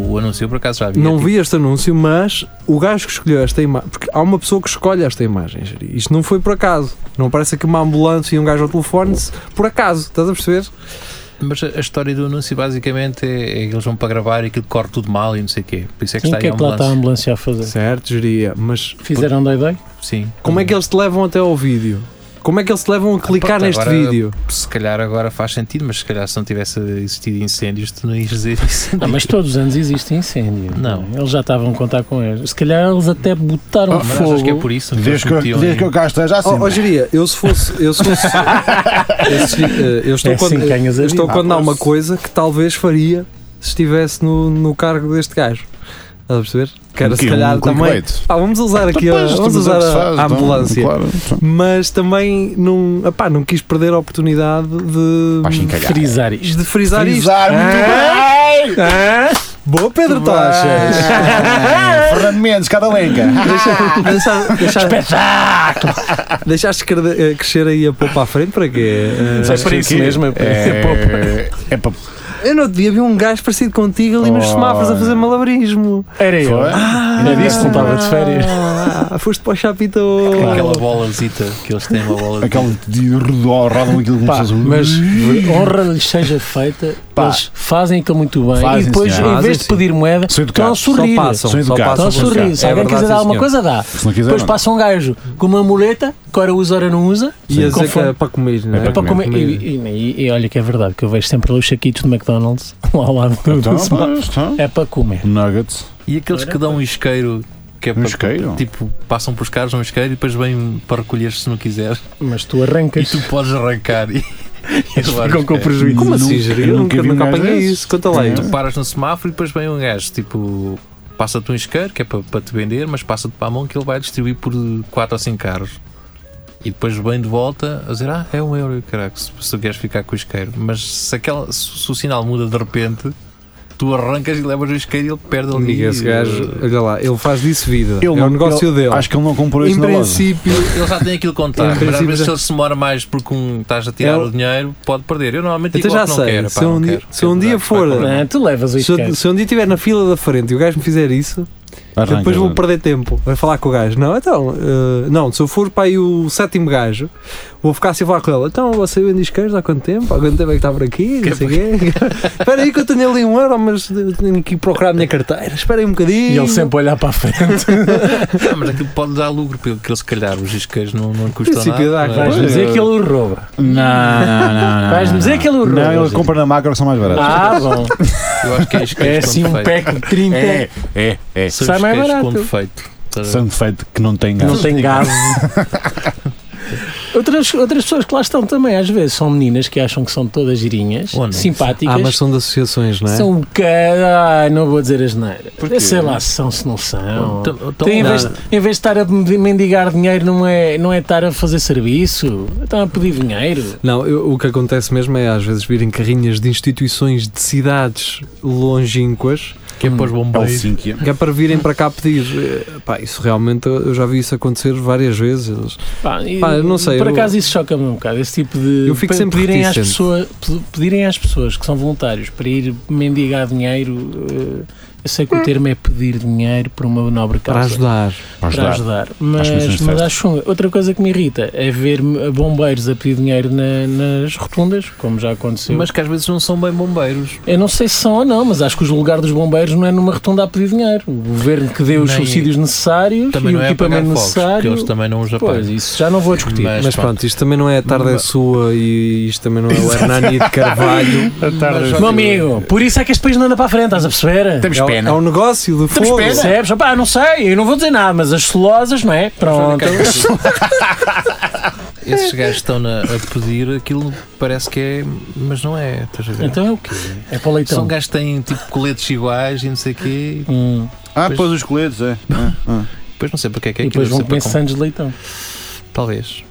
Speaker 5: o anúncio, eu por acaso já vi.
Speaker 2: Não
Speaker 5: É tipo-
Speaker 2: vi este anúncio, mas o gajo que escolheu esta imagem. Porque há uma pessoa que escolhe esta imagem. Jeri. Isto não foi por acaso. Não parece aqui uma ambulância e um gajo ao telefone se- por acaso. Estás a perceber?
Speaker 5: Mas a a história do anúncio basicamente é, é que eles vão para gravar e aquilo corre tudo mal e não sei o quê. Por isso é
Speaker 3: Sim,
Speaker 5: que está
Speaker 3: o que
Speaker 5: aí
Speaker 3: é
Speaker 5: a
Speaker 3: que lá está a
Speaker 5: ambulância.
Speaker 3: ambulância a fazer?
Speaker 2: Certo, geria. Mas
Speaker 3: Fizeram dói dói?
Speaker 5: Sim.
Speaker 2: como é que eles te levam até ao vídeo? Como é que eles te levam a clicar
Speaker 5: pronto,
Speaker 2: neste
Speaker 5: agora-
Speaker 2: vídeo?
Speaker 5: Se calhar agora faz sentido, mas se calhar se não tivesse existido incêndios, tu não ias dizer isso.
Speaker 3: Não, Ah, mas todos os anos existe incêndio. é?
Speaker 5: Não.
Speaker 3: Eles já estavam a contar com eles. Se calhar eles até botaram
Speaker 4: Oh,
Speaker 5: Mas
Speaker 3: fogo.
Speaker 5: acho que é por isso que eles
Speaker 4: Desde que, eu-
Speaker 5: metiam
Speaker 4: desde que eu
Speaker 5: em-
Speaker 4: cá esteja assim.
Speaker 2: Ó, ó, Jeria, eu se fosse. Eu, se fosse, eu, se- eh, eu estou
Speaker 3: É assim
Speaker 2: quando,
Speaker 3: que ganhas a
Speaker 2: eu estou
Speaker 3: vida.
Speaker 2: quando há uma
Speaker 4: pois.
Speaker 2: coisa que talvez faria se estivesse no, no cargo deste gajo. Estás a perceber? Que era
Speaker 4: Um
Speaker 2: se
Speaker 4: quê?
Speaker 2: calhar
Speaker 4: Um
Speaker 2: também.
Speaker 4: clickbait.
Speaker 2: Pá, vamos usar aqui
Speaker 4: Pois,
Speaker 2: a,
Speaker 4: tu
Speaker 2: vamos
Speaker 4: mas é
Speaker 2: usar
Speaker 4: o que se
Speaker 2: a,
Speaker 4: faz,
Speaker 2: a
Speaker 4: então,
Speaker 2: ambulância.
Speaker 4: claro.
Speaker 2: Mas também não, apá, não quis perder a oportunidade
Speaker 4: Vais-te
Speaker 2: de,
Speaker 4: encalhar.
Speaker 3: frisar isto.
Speaker 2: de frisar,
Speaker 4: Frisar,
Speaker 2: isto.
Speaker 4: muito bem!
Speaker 2: Ah, Boa, Pedro Tochas!
Speaker 4: Bem, Ah, Fernando Mendes, Cadalenca.
Speaker 2: Deixa, deixa, deixa- deixaste cre- eh, crescer aí a pôr para a frente para quê? Eh,
Speaker 4: Sabes
Speaker 3: para isso
Speaker 4: porquê?
Speaker 3: mesmo, é para-
Speaker 4: É é para.
Speaker 2: Eu no outro dia vi um gajo parecido contigo ali nos
Speaker 4: Oh. é
Speaker 2: semáforos a fazer malabarismo.
Speaker 3: Era eu.
Speaker 4: Foi?
Speaker 3: Ainda disse que não estava de férias.
Speaker 2: Ah, foste para o chapito.
Speaker 5: Aquela bolazita que eles têm, uma bola
Speaker 4: Aquele de redor, rodam aquilo como
Speaker 3: Pá,
Speaker 4: se fosse um-
Speaker 3: mas honra lhes seja feita,
Speaker 4: Pá.
Speaker 3: eles fazem aquilo muito bem
Speaker 4: Fazem,
Speaker 3: e depois,
Speaker 4: senhor.
Speaker 3: em
Speaker 2: Fazem,
Speaker 3: vez de
Speaker 2: sim.
Speaker 3: pedir moeda,
Speaker 4: São
Speaker 3: estão a
Speaker 4: educados.
Speaker 2: Só
Speaker 3: sorrir.
Speaker 4: São
Speaker 2: passam, só
Speaker 4: educados.
Speaker 2: passam.
Speaker 4: Só
Speaker 3: Estão a
Speaker 2: por
Speaker 3: sorrir.
Speaker 2: cá.
Speaker 3: Se
Speaker 2: É
Speaker 3: alguém
Speaker 2: verdade,
Speaker 3: quiser dar
Speaker 2: sim,
Speaker 3: alguma
Speaker 2: senhor.
Speaker 3: coisa, dá.
Speaker 4: Se não quiser.
Speaker 3: Depois
Speaker 4: não.
Speaker 3: passa um gajo com uma muleta, que ora usa, ora não usa,
Speaker 2: E a
Speaker 3: com
Speaker 2: dizer que
Speaker 3: fome.
Speaker 2: é para comer, não
Speaker 4: É
Speaker 2: é?
Speaker 4: para
Speaker 3: Pá, como é-
Speaker 2: Comer.
Speaker 3: e, e- e olha que é verdade, que eu vejo sempre os saquitos de McDonald's lá ao lado do
Speaker 4: Então,
Speaker 3: do semáforo.
Speaker 4: pois, então.
Speaker 3: É para comer.
Speaker 4: Nuggets.
Speaker 5: E aqueles que dão um isqueiro que é
Speaker 4: Um
Speaker 5: para,
Speaker 4: isqueiro.
Speaker 5: tipo, passam por carros um isqueiro e depois vêm para recolher se não quiser.
Speaker 3: Mas tu
Speaker 5: E
Speaker 3: arrancas.
Speaker 5: tu podes arrancar e, e
Speaker 3: Eles
Speaker 5: levar
Speaker 3: ficam com
Speaker 5: isqueiro.
Speaker 4: prejuízo.
Speaker 2: Como assim,
Speaker 4: Nunca-
Speaker 2: Jerry? Eu
Speaker 4: nunca
Speaker 2: nunca,
Speaker 4: vi um
Speaker 2: nunca
Speaker 4: gajo
Speaker 2: apanhei
Speaker 4: desse.
Speaker 2: isso. Conta lá aí.
Speaker 4: É.
Speaker 5: Tu paras no semáforo e depois vem um gajo, tipo, passa-te um isqueiro que é para, para te vender, mas passa-te para a mão que ele vai distribuir por 4 ou 5 carros. E depois vem de volta a dizer, ah, é um euro, caraca, se, se tu queres ficar com o isqueiro. Mas se, aquela, se, o sinal muda de repente, tu arrancas e levas o isqueiro e ele perde ali.
Speaker 2: Amigo, esse gajo, olha lá, ele faz disso vida.
Speaker 4: Ele
Speaker 2: é
Speaker 4: não-
Speaker 2: o negócio
Speaker 4: ele-
Speaker 2: dele.
Speaker 4: Acho que ele não comprou
Speaker 2: em
Speaker 4: isso na loja.
Speaker 2: princípio,
Speaker 5: Ele já tem aquilo
Speaker 2: Em
Speaker 5: contado, mas às
Speaker 2: princípio
Speaker 5: vezes
Speaker 2: já-
Speaker 5: se ele se demora mais porque um, estás a tirar
Speaker 2: Ele-
Speaker 5: o dinheiro, pode perder. Eu normalmente
Speaker 2: É Até
Speaker 5: digo
Speaker 2: já
Speaker 5: logo que
Speaker 2: sei,
Speaker 5: não quero,
Speaker 2: se
Speaker 5: pá,
Speaker 2: um
Speaker 5: não
Speaker 2: dia-
Speaker 5: quero.
Speaker 2: se um
Speaker 5: Quero
Speaker 2: dia
Speaker 5: dar,
Speaker 2: for-
Speaker 5: vai cobrar.
Speaker 3: Não, tu levas o
Speaker 2: se, eu-
Speaker 3: isqueiro.
Speaker 2: se um dia estiver na fila da frente e o gajo me fizer isso,
Speaker 4: Arranca,
Speaker 2: depois vou
Speaker 4: Bruno.
Speaker 2: perder tempo a falar com o gajo. Não, então, eh, não, se eu for para aí o sétimo gajo, vou ficar assim a falar com ele. Então, você vende isqueiros há quanto tempo? Há quanto tempo é que está por aqui? Não sei o quê. Espera aí que eu tenho ali um euro, mas eu tenho que ir procurar a minha carteira. Espera aí um bocadinho.
Speaker 3: E ele sempre a olhar para a frente.
Speaker 5: Ah, mas aquilo pode dar lucro, porque aquilo, se calhar os isqueiros não, não custam
Speaker 2: Princípio dá,
Speaker 5: nada. não é?
Speaker 3: Vais-me dizer que ele o rouba.
Speaker 4: Não, não, não. não
Speaker 3: Vais-me dizer que é ele o rouba.
Speaker 4: Não, ele compra na macro que são mais baratos.
Speaker 3: Ah, bom.
Speaker 5: Eu acho que é
Speaker 3: É
Speaker 5: isqueiros
Speaker 3: assim
Speaker 5: com
Speaker 3: um
Speaker 5: defeito.
Speaker 3: pack de 30.
Speaker 4: É, é, é.
Speaker 5: São
Speaker 3: Sai mais
Speaker 5: isqueiros
Speaker 3: barato.
Speaker 5: com defeito. Tá-
Speaker 4: São defeito que não tem
Speaker 3: Não
Speaker 4: gás.
Speaker 3: tem gás. Outras, outras pessoas que lá estão também, às vezes, são meninas que acham que são todas girinhas,
Speaker 5: Onde?
Speaker 3: simpáticas.
Speaker 2: Ah, mas são de associações, não é?
Speaker 3: São um cara. Ai, não vou dizer as neiras.
Speaker 4: Porquê?
Speaker 3: Sei lá se são, se não são.
Speaker 5: Então- então-
Speaker 3: Tem, em, vez,
Speaker 5: Não.
Speaker 3: em vez de estar a mendigar dinheiro, não é, não é estar a fazer serviço, estão a pedir dinheiro.
Speaker 2: Não, eu- o que acontece mesmo é às vezes virem carrinhas de instituições de cidades longínquas
Speaker 5: Que é para os bombeiros.
Speaker 4: Helsínquia.
Speaker 2: que é para virem para cá pedir. Eh, Pá, isso realmente eu já vi isso acontecer várias vezes. Eles-
Speaker 3: Pá, e-
Speaker 2: Pá, eu não sei,
Speaker 3: Por
Speaker 2: eu-
Speaker 3: acaso isso choca-me um bocado. Esse tipo de.
Speaker 2: Eu fico
Speaker 3: pe-
Speaker 2: sempre
Speaker 3: pedirem às,
Speaker 2: reticente.
Speaker 3: pessoas, pe- pedirem às pessoas que são voluntários para ir mendigar dinheiro. eh, Eu sei que o termo é pedir dinheiro por uma nobre
Speaker 2: Para
Speaker 3: causa.
Speaker 2: ajudar.
Speaker 4: Para
Speaker 3: para
Speaker 4: ajudar.
Speaker 3: ajudar.
Speaker 2: é
Speaker 3: Mas,
Speaker 4: missões de
Speaker 3: mas
Speaker 4: festa.
Speaker 3: acho chunga. Outra coisa que me irrita é ver bombeiros a pedir dinheiro na- nas rotundas, como já aconteceu.
Speaker 5: Mas que às vezes não são bem bombeiros.
Speaker 3: eu não sei se são ou não, mas acho que o lugar dos bombeiros não é numa rotunda a pedir dinheiro. O governo que dê os
Speaker 5: Nem-
Speaker 3: subsídios necessários
Speaker 5: Também
Speaker 3: e
Speaker 5: não
Speaker 3: o
Speaker 5: é apagar
Speaker 3: equipamento
Speaker 5: fogos, porque
Speaker 3: necessário.
Speaker 5: eles também não os
Speaker 3: Pois,
Speaker 5: apagam.
Speaker 3: isso já não vou discutir.
Speaker 5: Mas
Speaker 2: Mas
Speaker 5: pronto.
Speaker 2: pronto, isto também não é a tarde é
Speaker 5: Mas-
Speaker 2: sua e isto também não é o Hernani de Carvalho.
Speaker 5: Mas
Speaker 3: Meu
Speaker 5: só que-
Speaker 3: amigo, por isso é que este país não anda para a frente, estás a perceber?
Speaker 4: Temos
Speaker 2: É, o- é
Speaker 4: pena.
Speaker 2: um negócio do
Speaker 4: Temos
Speaker 2: fogo.
Speaker 4: pena.
Speaker 3: Percebes? Opá, não sei, eu não vou dizer nada, mas as celosas, não é? Pronto.
Speaker 5: Esses gajos estão na- a pedir aquilo, parece que é, mas não é. Estás a ver?
Speaker 3: Então é o quê? É para o leitão.
Speaker 5: São gajos que têm tipo coletes iguais e não sei o quê.
Speaker 3: Hum.
Speaker 4: Ah, pôs os coletes, é. Ah, ah.
Speaker 5: Depois não sei para que é que é
Speaker 3: E
Speaker 5: aquilo,
Speaker 3: depois vão
Speaker 5: não sei
Speaker 3: comer
Speaker 5: para
Speaker 3: sandes de leitão.
Speaker 5: como. Talvez.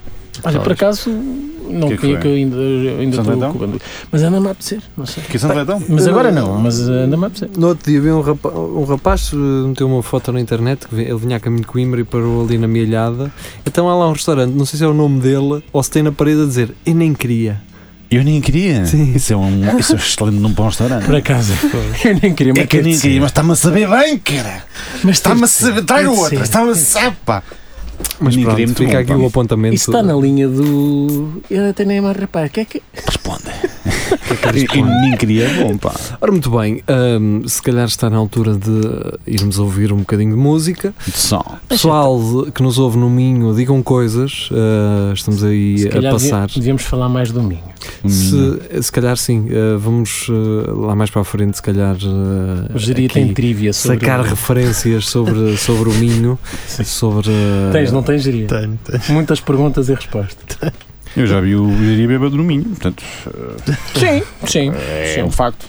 Speaker 3: Olha, por
Speaker 5: Talvez.
Speaker 3: acaso, não
Speaker 4: Que é que
Speaker 3: queria
Speaker 4: foi?
Speaker 3: que eu ainda, eu ainda
Speaker 4: São
Speaker 3: estou
Speaker 4: Leitão?
Speaker 3: com bandido. Mas anda-me a apetecer, não sei.
Speaker 4: Que são leitão?
Speaker 3: Mas agora não, mas eh, anda-me a apetecer.
Speaker 2: No outro dia vi um rapaz, um rapaz eh, meteu uma foto na internet, que vi- ele vinha a caminho de Coimbra e parou ali na milhada. Então há lá um restaurante, não sei se é o nome dele ou se tem na parede a dizer, eu nem queria.
Speaker 4: Eu nem queria.
Speaker 2: Sim.
Speaker 4: Isso é um isso é um excelente nome para um restaurante.
Speaker 3: Por acaso, eu nem queria, mas
Speaker 4: É que eu nem queria, mas está-me a saber bem, cara.
Speaker 3: Mas
Speaker 4: Está-me
Speaker 3: teve-
Speaker 4: a saber. Traga
Speaker 3: Tem de
Speaker 4: outra.
Speaker 3: ser.
Speaker 4: Está-me a saber, pá.
Speaker 2: Mas
Speaker 4: Nem queria,
Speaker 2: pronto,
Speaker 4: muito
Speaker 2: fica
Speaker 4: bom,
Speaker 2: aqui
Speaker 4: pá.
Speaker 2: o apontamento.
Speaker 3: Isso está na linha do. Eu até nem me arrepar. Que é que.
Speaker 4: Responda. Eu nem queria, é bom, pá.
Speaker 2: Ora, muito bem, hum, se calhar está na altura de irmos ouvir um bocadinho de música.
Speaker 4: De som.
Speaker 2: Pessoal que nos ouve no Minho, digam coisas, ah, estamos aí
Speaker 3: Se
Speaker 2: a
Speaker 3: calhar um devia-
Speaker 2: passar.
Speaker 3: devíamos falar mais do Minho.
Speaker 2: Se, se calhar sim, ah, vamos ah, lá mais para a frente, se calhar
Speaker 4: É
Speaker 2: ah,
Speaker 3: O geria
Speaker 2: aqui
Speaker 3: tem trivia sobre.
Speaker 2: sacar referências sobre, sobre o Minho,
Speaker 3: Sim.
Speaker 2: sobre ah,
Speaker 3: Tens, não tens geria?
Speaker 5: Tenho, tenho.
Speaker 3: Muitas perguntas e respostas.
Speaker 4: Eu já vi o Giri bêbado no Minho, portanto,
Speaker 3: Sim, sim.
Speaker 4: é um facto.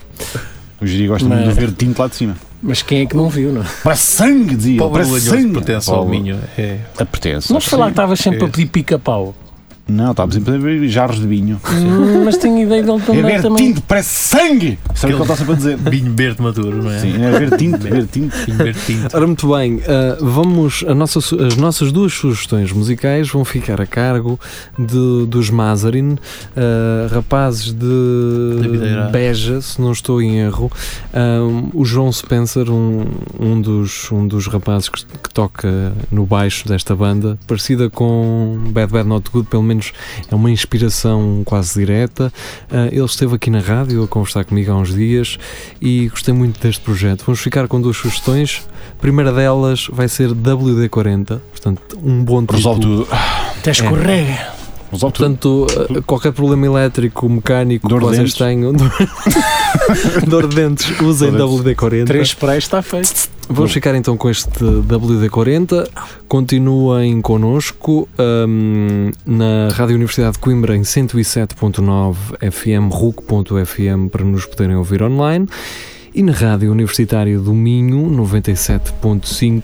Speaker 4: O Giri gosta
Speaker 3: Mas-
Speaker 4: muito de ver tinto lá de cima.
Speaker 3: Mas quem é que não viu, não?
Speaker 4: Para sangue, dizia.
Speaker 5: Pobre
Speaker 4: Para
Speaker 5: Lanhoso
Speaker 4: sangue.
Speaker 5: pertence ao Minho. É.
Speaker 4: A pertence.
Speaker 3: Não falar tá? que estavas sempre a
Speaker 5: É.
Speaker 3: pedir pica-pau.
Speaker 4: Não, estava sempre a ver jarros de vinho.
Speaker 3: Hum, Mas tenho ideia dele
Speaker 4: É
Speaker 3: também.
Speaker 4: ver
Speaker 3: também.
Speaker 4: tinto, parece sangue! Sabe o que ele está sempre a dizer?
Speaker 5: Vinho verde maduro, não é?
Speaker 4: Sim, é ver tinto, ver tinto.
Speaker 5: Vinho verde tinto.
Speaker 2: Ora, muito bem, ah, vamos. A nossa su- as nossas duas sugestões musicais vão ficar a cargo de- dos Mazarin, ah, rapazes
Speaker 5: Da
Speaker 2: de
Speaker 5: Videira.
Speaker 2: Beja, se não estou em erro. Ah, o João Spencer, um, um, dos, um dos rapazes que, que toca no baixo desta banda, parecida com Bad Bad Not Good, pelo menos é uma inspiração quase direta. Ah, ele esteve aqui na rádio a conversar comigo há uns dias e gostei muito deste projeto. Vamos ficar com duas sugestões. A primeira delas vai ser WD40, portanto, um bom título.
Speaker 4: Resolve tudo.
Speaker 3: Até escorrega.
Speaker 4: Resolve tudo.
Speaker 2: Portanto, eh, qualquer problema elétrico, mecânico
Speaker 4: Dor
Speaker 2: que
Speaker 4: de dentes.
Speaker 2: vocês tenham, dor de dentes, usem
Speaker 4: Dor
Speaker 2: WD-40.
Speaker 3: É. Três sprays está feito.
Speaker 2: Vamos ficar então com este WD-40. Continuem connosco hum, na Rádio Universidade de Coimbra em 107.9 FM, RUC.fm para nos poderem ouvir online e na Rádio Universitária do Minho 97.5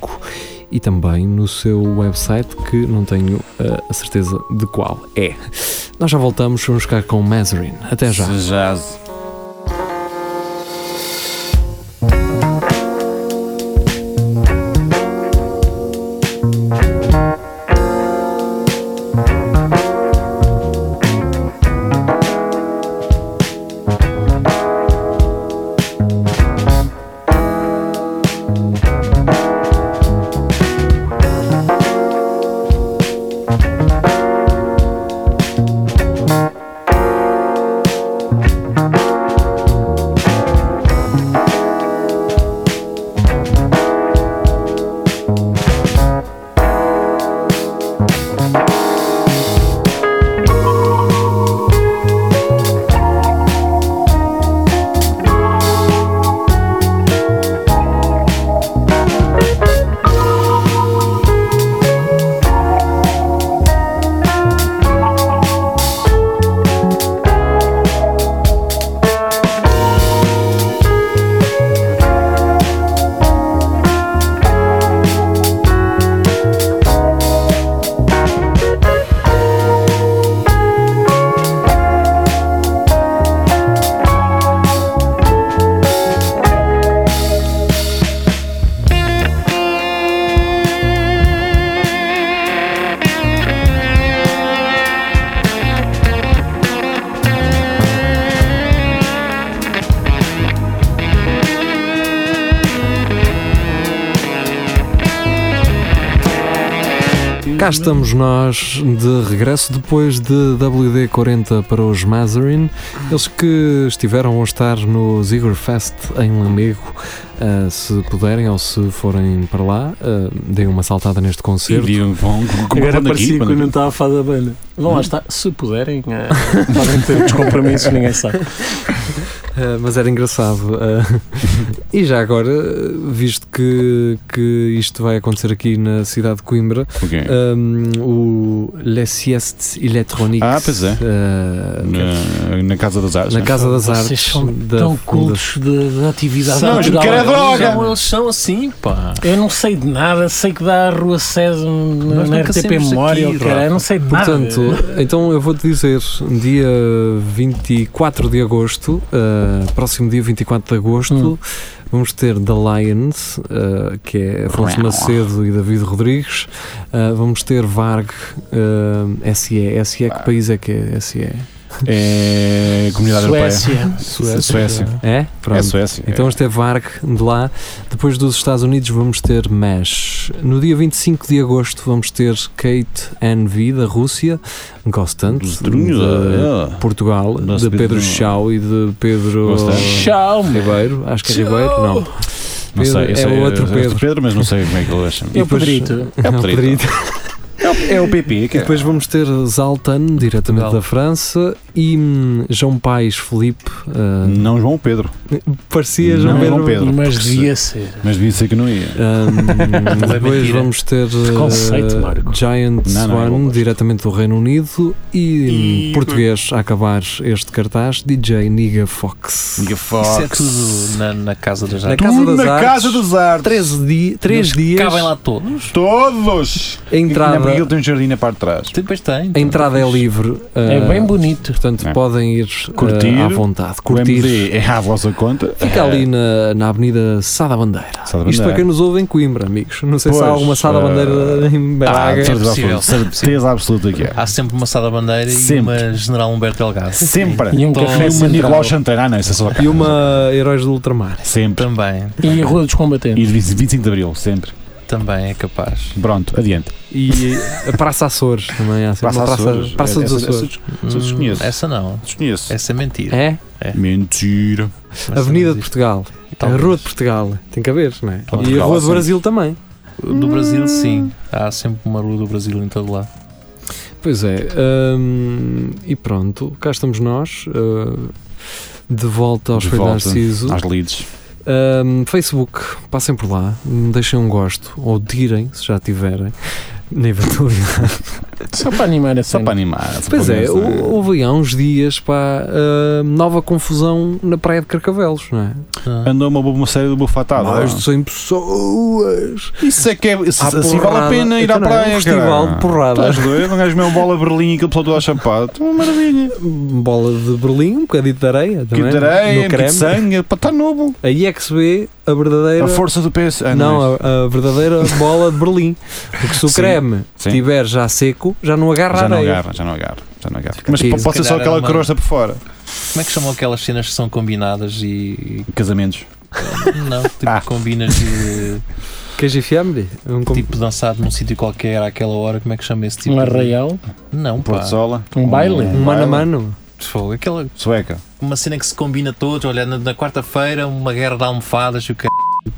Speaker 2: e também no seu website que não tenho eh, a certeza de qual é. Nós já voltamos, vamos ficar com Mazarin. Até já.
Speaker 4: Jazz. Uhum.
Speaker 2: Cá estamos nós de regresso depois de WD-40 para os Mazarin. Eles que estiveram vão estar no Zigger Fest em Lamego. Ah, se puderem ou se forem para lá, ah, deem uma saltada neste concerto.
Speaker 3: Agora parecia que eu não estava a falar da banda. Vão lá estar, se puderem, eh, podem ter descompromissos, ninguém sabe.
Speaker 2: Ah, mas era engraçado. ah. e já agora, eh, visto que, que isto vai acontecer aqui na cidade de Coimbra, ah, o Les Siestes Electroniques.
Speaker 4: Ah, pois é.
Speaker 2: ah,
Speaker 4: Na, na Casa das Artes.
Speaker 2: na
Speaker 4: né?
Speaker 2: Casa das
Speaker 3: Vocês
Speaker 2: Artes.
Speaker 3: são
Speaker 2: da
Speaker 3: tão
Speaker 2: Funda-
Speaker 3: cultos de- da atividade
Speaker 4: Não,
Speaker 3: cultural.
Speaker 4: que era droga.
Speaker 5: Não, eles são assim, pá.
Speaker 3: Eu não sei de nada, sei que dá a Rua César na,
Speaker 5: Nós
Speaker 3: na
Speaker 5: nunca
Speaker 3: RTP
Speaker 5: saímos
Speaker 3: Memória,
Speaker 5: daqui,
Speaker 3: ou caralho,
Speaker 5: Rafa.
Speaker 3: não sei de nada.
Speaker 2: Portanto, então eu vou-te dizer, dia 24 de agosto, eh, próximo dia 24 de agosto,
Speaker 3: Hum.
Speaker 2: vamos ter The Lions, eh, que é Afonso Macedo e David Rodrigues, Eh, vamos ter Varg, eh, SE, SE, que país é que é SE?
Speaker 4: É Comunidade
Speaker 3: Suécia.
Speaker 4: Europeia. Suécia.
Speaker 2: É?
Speaker 4: É
Speaker 2: Pronto.
Speaker 4: Suécia.
Speaker 2: Então este é Varg de lá. Depois dos Estados Unidos vamos ter Mesh. No dia 25 de agosto vamos ter Kate NV da Rússia, gostante
Speaker 4: Dos drunhos,
Speaker 2: de
Speaker 4: é.
Speaker 2: Portugal,
Speaker 4: Nosso
Speaker 2: de Pedro
Speaker 4: Pedro.
Speaker 2: Chau e de Pedro
Speaker 4: Gostante.
Speaker 3: Tchau, meu.
Speaker 2: Ribeiro, acho que é Ribeiro, não.
Speaker 4: não sei, eu
Speaker 2: é
Speaker 4: sei,
Speaker 2: o outro Pedro.
Speaker 4: mas não sei como é que ele acha.
Speaker 2: E
Speaker 3: É o
Speaker 2: depois-
Speaker 3: Pedrito.
Speaker 4: É o
Speaker 2: Não,
Speaker 4: Pedrito. É o PP,
Speaker 2: E depois vamos ter Zaltan, diretamente
Speaker 5: Portugal.
Speaker 2: da França, e hum, João Paes Felipe. ah,
Speaker 4: Não João Pedro,
Speaker 2: parecia João
Speaker 4: Não,
Speaker 2: Pedro.
Speaker 4: João Pedro.
Speaker 3: Mas devia ser.
Speaker 4: mas devia ser que não ia.
Speaker 2: Ahm,
Speaker 5: Não é
Speaker 2: depois
Speaker 5: mentira.
Speaker 2: vamos ter eh,
Speaker 3: Conceito, Marco.
Speaker 2: Giant
Speaker 4: Não, não, eu
Speaker 2: Swan,
Speaker 4: gosto.
Speaker 2: diretamente do Reino Unido, e, hum,
Speaker 5: E-
Speaker 2: português a acabar este cartaz, DJ Niga Fox.
Speaker 5: Isso é tudo na, na casa das
Speaker 2: Na
Speaker 5: artes.
Speaker 2: Casa das
Speaker 4: na
Speaker 2: Artes,
Speaker 4: Casa das Artes.
Speaker 2: 13 di três dias,
Speaker 5: Cabem lá todos.
Speaker 4: Todos! Não,
Speaker 2: a
Speaker 4: porque
Speaker 2: entrada,
Speaker 4: ele tem um jardim na parte de trás.
Speaker 5: Depois tem.
Speaker 2: a entrada é livre.
Speaker 3: É
Speaker 2: ah,
Speaker 3: bem bonito.
Speaker 2: Portanto,
Speaker 4: É.
Speaker 2: podem ir ah,
Speaker 4: Curtir.
Speaker 2: à vontade.
Speaker 4: O
Speaker 2: Curtir.
Speaker 4: MD é à vossa conta.
Speaker 2: Fica ali na, na Avenida Sada Bandeira.
Speaker 4: Sada
Speaker 2: Isto
Speaker 4: Bandeira.
Speaker 2: para quem nos ouve em Coimbra, amigos. Não sei se há
Speaker 4: Pois,
Speaker 2: alguma Sada
Speaker 4: ah,
Speaker 2: Bandeira em
Speaker 4: Ah,
Speaker 2: Braga.
Speaker 4: de certeza,
Speaker 5: É possível. Ah,
Speaker 4: absoluta, certeza absoluta que é.
Speaker 5: Há sempre uma Sada Bandeira
Speaker 4: Sempre.
Speaker 5: e uma General Humberto Delgado.
Speaker 4: Sempre.
Speaker 3: E um
Speaker 5: Então,
Speaker 3: café
Speaker 4: E Ah, uma
Speaker 3: central.
Speaker 4: Nicolau Chanteira. Ah, não, isso é só cá.
Speaker 2: e uma Heróis do Ultramar.
Speaker 4: Sempre.
Speaker 5: Também,
Speaker 3: E a Rua dos Combatentes.
Speaker 4: E 25 de Abril, sempre.
Speaker 5: também é capaz.
Speaker 4: Pronto, adiante.
Speaker 2: E a Praça Açores também. Há sempre uma praça,
Speaker 4: Açores.
Speaker 2: praça dos
Speaker 4: Essa- essa-
Speaker 2: Açores.
Speaker 4: Só desconheço.
Speaker 5: essa não.
Speaker 4: Desconheço.
Speaker 5: Essa é mentira.
Speaker 2: É?
Speaker 4: Mentira.
Speaker 5: Essa
Speaker 2: Avenida
Speaker 5: não
Speaker 2: de
Speaker 5: existe.
Speaker 2: Portugal.
Speaker 5: Talvez.
Speaker 2: A Rua de Portugal. Tem que haver, não é?
Speaker 4: Portugal,
Speaker 2: e a Rua do
Speaker 4: assim.
Speaker 2: Brasil também.
Speaker 5: Do Brasil, sim. Há sempre uma rua do Brasil em todo lado.
Speaker 2: Pois é. hum, e pronto, cá estamos nós. uh, de volta aos
Speaker 4: De
Speaker 2: Feito
Speaker 4: volta.
Speaker 2: Narciso.
Speaker 4: Às leads.
Speaker 2: Hum, Facebook, passem por lá, hum, deixem um gosto, ou tirem, se já tiverem, na eventualidade.
Speaker 3: Só para animar a
Speaker 4: Só
Speaker 3: cena.
Speaker 4: para animar. só
Speaker 2: Pois
Speaker 4: para
Speaker 2: é,
Speaker 4: ver se-
Speaker 2: hou- houve há uns dias para nova confusão na Praia de Carcavelos, não é?
Speaker 5: Ah.
Speaker 4: Andou uma boa série do bufatada.
Speaker 2: Mais de 100 pessoas.
Speaker 4: Isso é que é. isso-
Speaker 2: À
Speaker 4: assim vale
Speaker 2: Ah, porrada.
Speaker 4: a pena ir
Speaker 2: Então
Speaker 4: à
Speaker 2: não,
Speaker 4: praia.
Speaker 2: Um festival
Speaker 4: cara.
Speaker 2: de porrada.
Speaker 4: Estás doido? Um gajo meu bola berlim e aquele pessoal todo achapado. Uma maravilha.
Speaker 2: Bola de Berlim, um bocadinho de areia
Speaker 4: Que
Speaker 2: também.
Speaker 4: de areia,
Speaker 2: no
Speaker 4: que de
Speaker 2: creme.
Speaker 4: sangue. pá, Está novo.
Speaker 2: A IXB, a verdadeira.
Speaker 4: A força do PS. Ah, é
Speaker 2: não, a, a verdadeira bola de Berlim. Porque se o
Speaker 4: Sim,
Speaker 2: creme
Speaker 4: sim.
Speaker 2: estiver já seco, já não agarra
Speaker 4: já não
Speaker 2: areia.
Speaker 4: agarra, já não agarra, já não agarra. Mas
Speaker 2: aqui.
Speaker 4: po- pode ser
Speaker 5: Se
Speaker 4: só
Speaker 5: calhar
Speaker 4: aquela
Speaker 5: é uma-
Speaker 4: crosta por fora.
Speaker 5: Como é que chamam aquelas cenas que são combinadas e.
Speaker 4: Casamentos.
Speaker 5: Não, tipo,
Speaker 4: Ah.
Speaker 5: combinas de.
Speaker 2: Queijo e fiambre? Um com-
Speaker 5: Tipo, dançar num sítio qualquer àquela hora. Como é que chama esse tipo?
Speaker 3: Um
Speaker 5: de-
Speaker 3: arraial.
Speaker 5: Não,
Speaker 4: Pôr
Speaker 5: pá.
Speaker 4: de sola.
Speaker 3: Um baile?
Speaker 2: um mano a mano.
Speaker 5: Fogo. Aquela,
Speaker 4: Sueca.
Speaker 5: uma cena que se combina todos. Olha, na, na quarta-feira, uma guerra de almofadas e o c.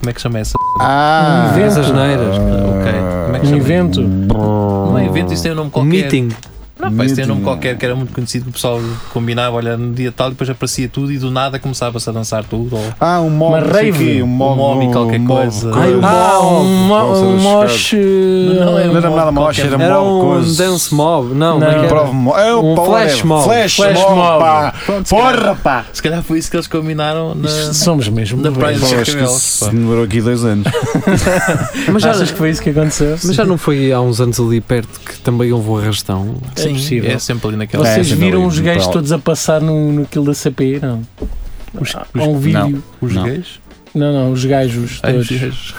Speaker 5: Como é que chama essa?
Speaker 4: Ah!
Speaker 3: Um
Speaker 2: Essas neiras.
Speaker 5: Ok. Como é que
Speaker 3: Um
Speaker 5: chama?
Speaker 3: evento.
Speaker 5: Não é evento, isso tem um nome qualquer.
Speaker 2: Meeting.
Speaker 5: Não, pá, isso tem um nome
Speaker 4: Oh. Meeting.
Speaker 5: qualquer que era muito conhecido que o pessoal combinava, olha, no dia tal e depois aparecia tudo e do nada começava-se a dançar tudo. Ou...
Speaker 4: Ah, um mob.
Speaker 3: Uma
Speaker 4: não sei
Speaker 3: rave.
Speaker 4: quê, Um mob.
Speaker 5: Um mob, qualquer
Speaker 4: mob,
Speaker 5: coisa.
Speaker 4: coisa.
Speaker 5: Ai, um
Speaker 2: Ah,
Speaker 3: Um mo-
Speaker 4: Nossa,
Speaker 3: um
Speaker 4: dos
Speaker 3: mosh. um
Speaker 5: Não é
Speaker 4: Não um era
Speaker 5: mob
Speaker 4: nada mosh,
Speaker 5: qualquer.
Speaker 4: era
Speaker 2: Era
Speaker 4: mob.
Speaker 2: um
Speaker 4: coisa.
Speaker 2: dance mob. Não,
Speaker 3: Não.
Speaker 2: como é que era?
Speaker 4: Prova mob. É
Speaker 2: Um
Speaker 4: o pau,
Speaker 2: flash
Speaker 4: é.
Speaker 2: mob.
Speaker 4: Flash,
Speaker 3: Flash
Speaker 4: mob,
Speaker 3: mob.
Speaker 4: pá.
Speaker 5: Pronto, se calhar,
Speaker 4: Porra, pá.
Speaker 5: se calhar foi isso que eles combinaram na.
Speaker 3: Somos mesmo.
Speaker 5: Na praia.
Speaker 4: Pá,
Speaker 5: Sim,
Speaker 4: acho que
Speaker 5: cabelos,
Speaker 4: se
Speaker 5: pá.
Speaker 4: demorou aqui dois anos.
Speaker 2: Mas já,
Speaker 3: Achas que foi isso que aconteceu?
Speaker 2: mas já não foi há uns anos ali perto que também houve um arrastão?
Speaker 5: Sim,
Speaker 3: É possível.
Speaker 5: é sempre ali naquela.
Speaker 4: É,
Speaker 3: Vocês
Speaker 4: sim,
Speaker 3: viram
Speaker 4: ali,
Speaker 3: os
Speaker 4: no
Speaker 3: gajos
Speaker 4: palco.
Speaker 3: todos a passar no, naquilo da CP? Não.
Speaker 5: Os-
Speaker 3: Há um vídeo.
Speaker 5: Os
Speaker 4: Não.
Speaker 5: gays?
Speaker 3: Não, não, os gajos
Speaker 5: Ai,
Speaker 3: todos.
Speaker 5: os gays.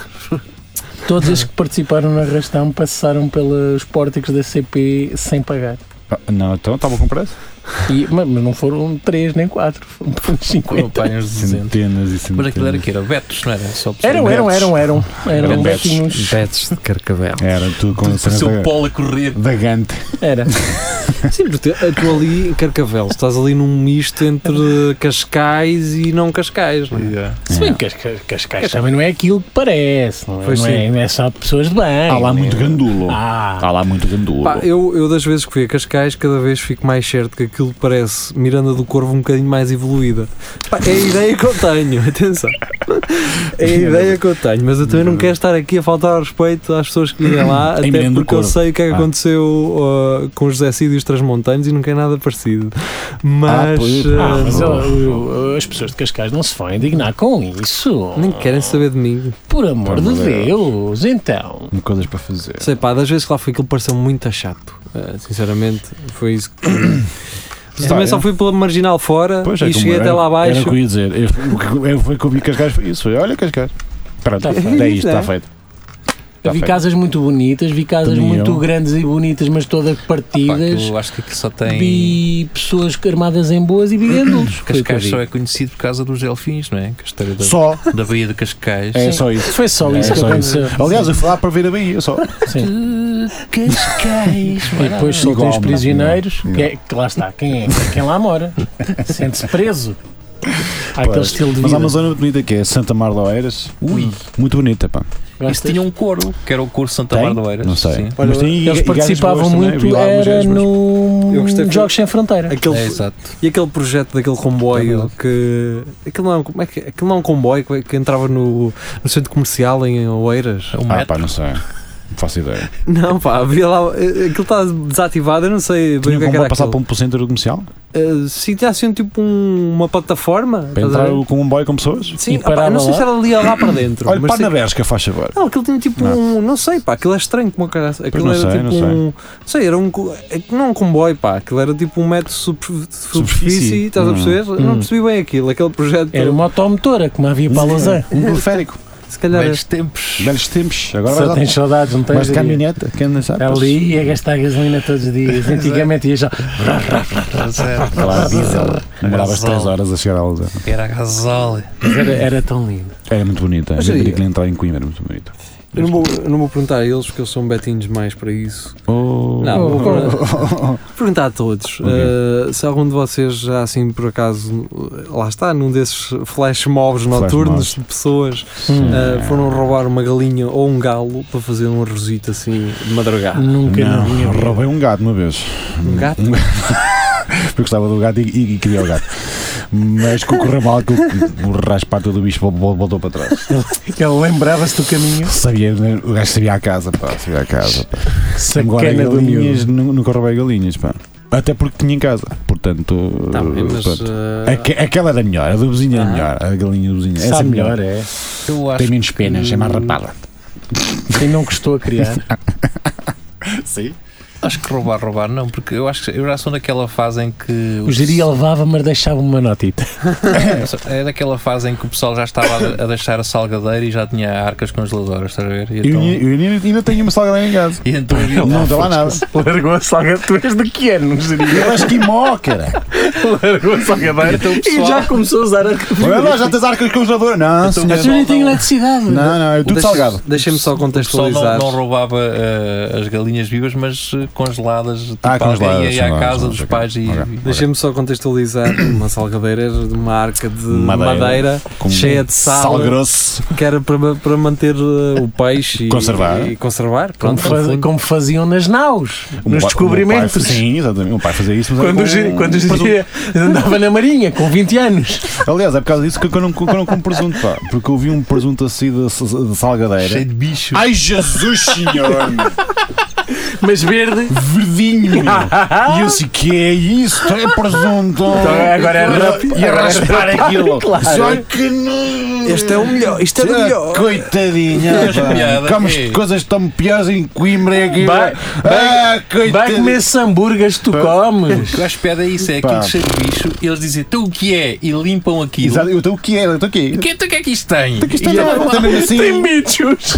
Speaker 3: Todos os que participaram no arrastão passaram pelos pórticos da CP sem pagar.
Speaker 4: Ah, Não, então estava com pressa.
Speaker 3: E, mas, mas não foram 3 nem 4, foram uns 50.
Speaker 5: Apanha uns 200.
Speaker 4: Centenas e centenas.
Speaker 5: Mas aquilo era que era Betos, não era? Só pessoas-
Speaker 3: Eram, eram, eram, eram. Eram
Speaker 4: Eram betos.
Speaker 3: betinhos.
Speaker 2: Betes de carcavel.
Speaker 4: Era tudo com a
Speaker 5: Parecia
Speaker 4: cena
Speaker 5: é o
Speaker 4: da,
Speaker 5: polo a correr.
Speaker 4: da Gante.
Speaker 3: Era.
Speaker 2: Sim, mas tu, tu ali em Carcavelos estás ali num misto entre Cascais e não Cascais. Não é?
Speaker 3: Se bem que as- que as- que as caixas também não é aquilo que parece, não é?
Speaker 2: Pois
Speaker 3: Não é, não é só de pessoas de bem. é?
Speaker 4: Há Tá lá muito gandulo.
Speaker 3: Ah,
Speaker 4: Há lá muito gandulo.
Speaker 2: Pá, eu, eu das vezes que fui a Cascais, cada vez fico mais certo que aquilo parece Miranda do Corvo um bocadinho mais evoluída. Pá, é a ideia que eu tenho, atenção. É a ideia que eu tenho, mas eu também não quero estar aqui a faltar ao respeito às pessoas que vivem lá, até
Speaker 4: Miranda do
Speaker 2: porque eu
Speaker 4: Corvo.
Speaker 2: sei o que é que
Speaker 4: Ah.
Speaker 2: aconteceu uh, com o José Cid e os Transmontanos e não quer nada parecido. Mas.
Speaker 4: Ah, pois.
Speaker 2: uh,
Speaker 3: ah, mas
Speaker 4: Ah.
Speaker 3: ó, o- o- as pessoas de Cascais não se vão indignar com isso.
Speaker 2: nem querem saber de mim.
Speaker 3: Por amor
Speaker 4: Por
Speaker 3: de
Speaker 4: amor de
Speaker 3: Deus, então.
Speaker 4: Tenho coisas para fazer.
Speaker 2: Sei pá, das vezes que lá fui, aquilo pareceu muito chato. Uh, sinceramente, foi isso que. Também
Speaker 4: é.
Speaker 2: só fui pela marginal fora
Speaker 4: Pois, é
Speaker 2: e
Speaker 4: como
Speaker 2: cheguei
Speaker 4: era-
Speaker 2: até lá abaixo.
Speaker 4: Era o que eu ia dizer. Eu, o que- eu, foi que eu vi Cascais, foi isso. Foi, olha Cascais. Pronto,
Speaker 3: Tá feito.
Speaker 4: é isto, está feito. Tá
Speaker 3: Eu vi
Speaker 4: feito.
Speaker 3: casas muito bonitas, vi casas
Speaker 4: Também
Speaker 3: muito
Speaker 4: eu.
Speaker 3: grandes e bonitas, mas todas
Speaker 5: Pá,
Speaker 3: partidas.
Speaker 5: aquilo, acho que aquilo só tem.
Speaker 3: Vi pessoas armadas em boas e vi gandulos. Foi o que eu
Speaker 5: Cascais
Speaker 3: vi.
Speaker 5: só é conhecido por causa dos delfins, não é? Que a história da,
Speaker 4: Só.
Speaker 5: da Baía de Cascais.
Speaker 4: É só isso.
Speaker 3: Foi só
Speaker 4: É
Speaker 3: isso que
Speaker 4: só
Speaker 3: aconteceu.
Speaker 4: Aliás, eu fui lá para ver a Bahia só.
Speaker 3: Sim.
Speaker 5: Cascais!
Speaker 3: E depois soltam
Speaker 4: Igual,
Speaker 3: os
Speaker 4: não.
Speaker 3: prisioneiros,
Speaker 4: Não.
Speaker 3: que, é, que lá está, quem é? Quem lá mora. Sente-se preso. Há aquele
Speaker 4: Pois.
Speaker 3: estilo de
Speaker 4: Mas
Speaker 3: vida.
Speaker 4: há uma zona bonita que é Santa Mar de Oeiras.
Speaker 5: Ui.
Speaker 4: Hum, Muito bonita, pá.
Speaker 5: Isso
Speaker 3: Gostas?
Speaker 5: tinha um coro, que era o coro Santa
Speaker 4: Tem?
Speaker 5: Mar de Oeiras.
Speaker 4: Não sei.
Speaker 5: Sim.
Speaker 2: Olha,
Speaker 4: Mas tem
Speaker 3: Eles
Speaker 4: gajas
Speaker 3: participavam
Speaker 4: boas também, vi
Speaker 3: muito,
Speaker 4: lá algumas
Speaker 3: era
Speaker 4: gajas boas.
Speaker 3: no
Speaker 2: Eu gostei que-
Speaker 3: Jogos Sem Fronteira.
Speaker 2: Aquele,
Speaker 5: É, exato.
Speaker 2: e aquele projeto daquele comboio que. Aquilo não, é um- como é que, aquilo não é um comboio que, que entrava no, no centro comercial em Oeiras.
Speaker 5: Um
Speaker 4: Ah,
Speaker 5: metro.
Speaker 4: pá, não sei. Não faço ideia.
Speaker 2: Não, pá, havia lá. eh, Aquilo está desativado, eu não
Speaker 4: Tinha
Speaker 2: sei bem o que é que
Speaker 4: como
Speaker 2: era.
Speaker 4: passar
Speaker 2: aquilo.
Speaker 4: para um para o centro comercial?
Speaker 2: Eh, sim, tinha assim tipo um- uma plataforma.
Speaker 4: um- Para
Speaker 2: estás a
Speaker 4: entrar
Speaker 2: ver?
Speaker 4: o- com um boy com pessoas?
Speaker 2: Sim,
Speaker 3: E
Speaker 2: ah, pá,
Speaker 3: parava
Speaker 2: eu não sei
Speaker 3: lá?
Speaker 2: se era ali ou lá para dentro.
Speaker 4: Olha,
Speaker 2: mas
Speaker 4: para
Speaker 2: sei-
Speaker 4: na Bershka, faz favor.
Speaker 2: não, aquilo tinha tipo
Speaker 4: Não.
Speaker 2: um. Não sei, pá, aquilo é estranho como cara. Aquilo
Speaker 4: não
Speaker 2: era
Speaker 4: sei,
Speaker 2: tipo
Speaker 4: não
Speaker 2: um. Não sei, era um. co- é que Não é um comboio, pá, aquilo era tipo um metro de super- de superfície, estás a
Speaker 4: Hum.
Speaker 2: perceber? Eu Não
Speaker 3: Hum.
Speaker 2: percebi bem aquilo, aquele projeto.
Speaker 3: Era um uma automotora, como havia para a Lausanne.
Speaker 4: Um teleférico.
Speaker 2: Se calhar.
Speaker 5: Velhos tempos.
Speaker 4: Velhos tempos. Agora vais
Speaker 3: Só
Speaker 4: lá-
Speaker 3: tens saudades, não tens?
Speaker 4: Mas de
Speaker 3: diria?
Speaker 4: caminhoneta, quem não sabe?
Speaker 3: Ali ia gastar gasolina todos os dias.
Speaker 4: é.
Speaker 3: Antigamente ia já.
Speaker 4: Claro, diesel. Demoravas
Speaker 5: Gasol.
Speaker 4: 3 horas a chegar à Lausanne.
Speaker 5: Era a gasóleo.
Speaker 3: Mas Era, era tão lindo.
Speaker 4: Era muito bonita. Eu
Speaker 2: Mas seria.
Speaker 4: queria que lhe entrar em Coimbra, era muito bonito.
Speaker 2: Eu não vou, eu não vou perguntar a eles porque eles são betinhos mais para isso.
Speaker 4: Oh.
Speaker 2: Não,
Speaker 4: Oh.
Speaker 2: vou perguntar a todos.
Speaker 4: Ok.
Speaker 2: eh, se algum de vocês já assim por acaso eh, lá está, num desses flash mobs
Speaker 4: Flash
Speaker 2: noturnos
Speaker 4: mobs. É.
Speaker 2: de pessoas
Speaker 3: Hum.
Speaker 2: eh, foram roubar uma galinha ou um galo para fazer um arrozito assim de madrugada.
Speaker 3: Ah, Nunca na minha
Speaker 4: Não,
Speaker 3: vida.
Speaker 4: roubei um gato uma vez.
Speaker 2: Um gato?
Speaker 4: Eu gostava do gato e, e, e queria o gato. Mas com o corramal que o, o raspar todo o bicho vol- vol- voltou para trás.
Speaker 3: Ele lembrava-se do caminho.
Speaker 4: Sabia, né? o gajo sabia a casa, pá. Sabia a casa, pá. Agora
Speaker 3: Sacana do
Speaker 4: galinhas,
Speaker 3: miúdo.
Speaker 4: nu- nunca roubei galinhas, pá. Até porque tinha em casa. Portanto, é
Speaker 2: Tá bem, mas.
Speaker 4: pronto.
Speaker 2: eh,
Speaker 4: Aque- aquela era melhor, a do vizinho era
Speaker 2: Ah.
Speaker 4: melhor, a galinha do vizinho. Essa é
Speaker 3: Sabe
Speaker 4: melhor.
Speaker 3: melhor, é.
Speaker 5: Eu acho
Speaker 4: Tem menos penas, é mais rapada.
Speaker 3: Quem não gostou a criar.
Speaker 4: Sim.
Speaker 5: Acho que roubar, roubar não, porque eu acho que eu já sou naquela fase em que.
Speaker 3: O geria levava, mas deixava uma notita.
Speaker 5: É naquela fase em que o pessoal já estava a de- a deixar a salgadeira e já tinha arcas congeladoras, estás a ver? E
Speaker 4: Eu,
Speaker 5: então,
Speaker 4: ainda- eu ainda- ainda tenho uma salgadeira em casa.
Speaker 5: e então havia
Speaker 4: Não dá lá
Speaker 5: lá.
Speaker 4: nada.
Speaker 3: Largou a salga. Tu és de que ano, geria?
Speaker 4: Eu acho que mó, cara.
Speaker 3: Largou a salgadeira
Speaker 5: Então o
Speaker 3: e
Speaker 5: pessoal-
Speaker 3: já começou a usar a.
Speaker 4: Olha lá, já tens arcas congeladoras. Não,
Speaker 5: Então,
Speaker 4: senhor.
Speaker 5: mas- nem tenho
Speaker 3: eletricidade.
Speaker 4: Não, não, é tudo
Speaker 2: deixa-
Speaker 4: salgado.
Speaker 2: Deixa-me só
Speaker 5: O pessoal não,
Speaker 2: contextualizar.
Speaker 5: não roubava eh, as galinhas vivas, mas eh, congeladas. Tipo,
Speaker 4: Ah,
Speaker 5: alguém
Speaker 4: congeladas,
Speaker 5: ia à
Speaker 4: congeladas,
Speaker 5: casa dos
Speaker 4: ok,
Speaker 5: pais e.
Speaker 4: ok.
Speaker 5: e-
Speaker 2: Deixa-me só contextualizar uma salgadeira era de uma arca de
Speaker 4: Madeira.
Speaker 2: madeira
Speaker 4: Com
Speaker 2: cheia de sal,
Speaker 4: Sal grosso.
Speaker 2: que era para, para manter eh, o peixe e
Speaker 4: Conservar.
Speaker 2: E, conservar
Speaker 3: Como,
Speaker 2: pronto, no
Speaker 3: faz-
Speaker 2: fundo.
Speaker 3: como faziam nas naus,
Speaker 4: O meu
Speaker 3: nos
Speaker 4: pai-
Speaker 3: descobrimentos.
Speaker 4: o meu Um pai- sim, exatamente. O meu pai fazia isso. Mas era
Speaker 3: Quando,
Speaker 4: com- um
Speaker 3: o Giri- quando o Giri
Speaker 4: presunto.
Speaker 3: andava na Marinha, com 20 anos.
Speaker 4: Aliás, é por causa disso que eu não, que eu não como presunto, pá. Porque eu vi um presunto assim de, de salgadeira.
Speaker 5: Cheio de bicho.
Speaker 4: Ai, Jesus Senhor! meu.
Speaker 3: Mas verde.
Speaker 4: Verdinho, meu. E eu assim, que é isso? É presunto!
Speaker 3: Então, agora é rap-
Speaker 4: E a
Speaker 3: agora é
Speaker 4: raspar
Speaker 3: rap-
Speaker 4: aquilo.
Speaker 3: Claro.
Speaker 4: Só que não...
Speaker 2: Este é o melhor, isto é do
Speaker 4: Ah,
Speaker 2: melhor.
Speaker 4: Coitadinha,
Speaker 5: Mas
Speaker 4: pá.
Speaker 5: piada,
Speaker 4: Comes
Speaker 5: é.
Speaker 4: coisas tão piores em Coimbra. é que-
Speaker 3: Vai-
Speaker 4: ah,
Speaker 3: Vai
Speaker 4: coitadinha.
Speaker 3: comer esses hambúrgueres que tu comes.
Speaker 5: O que eu acho piada é isso, é
Speaker 4: Pá.
Speaker 5: aquele cheiro de bicho, eles dizem tu o que é e limpam aquilo.
Speaker 4: Exato, eu estou o que é, eu estou o que
Speaker 5: O
Speaker 4: é.
Speaker 5: que, tu, o que é que isto tem?
Speaker 4: Isto está
Speaker 5: e,
Speaker 4: lá,
Speaker 5: ela-
Speaker 4: está mesmo assim.
Speaker 3: Tem bichos.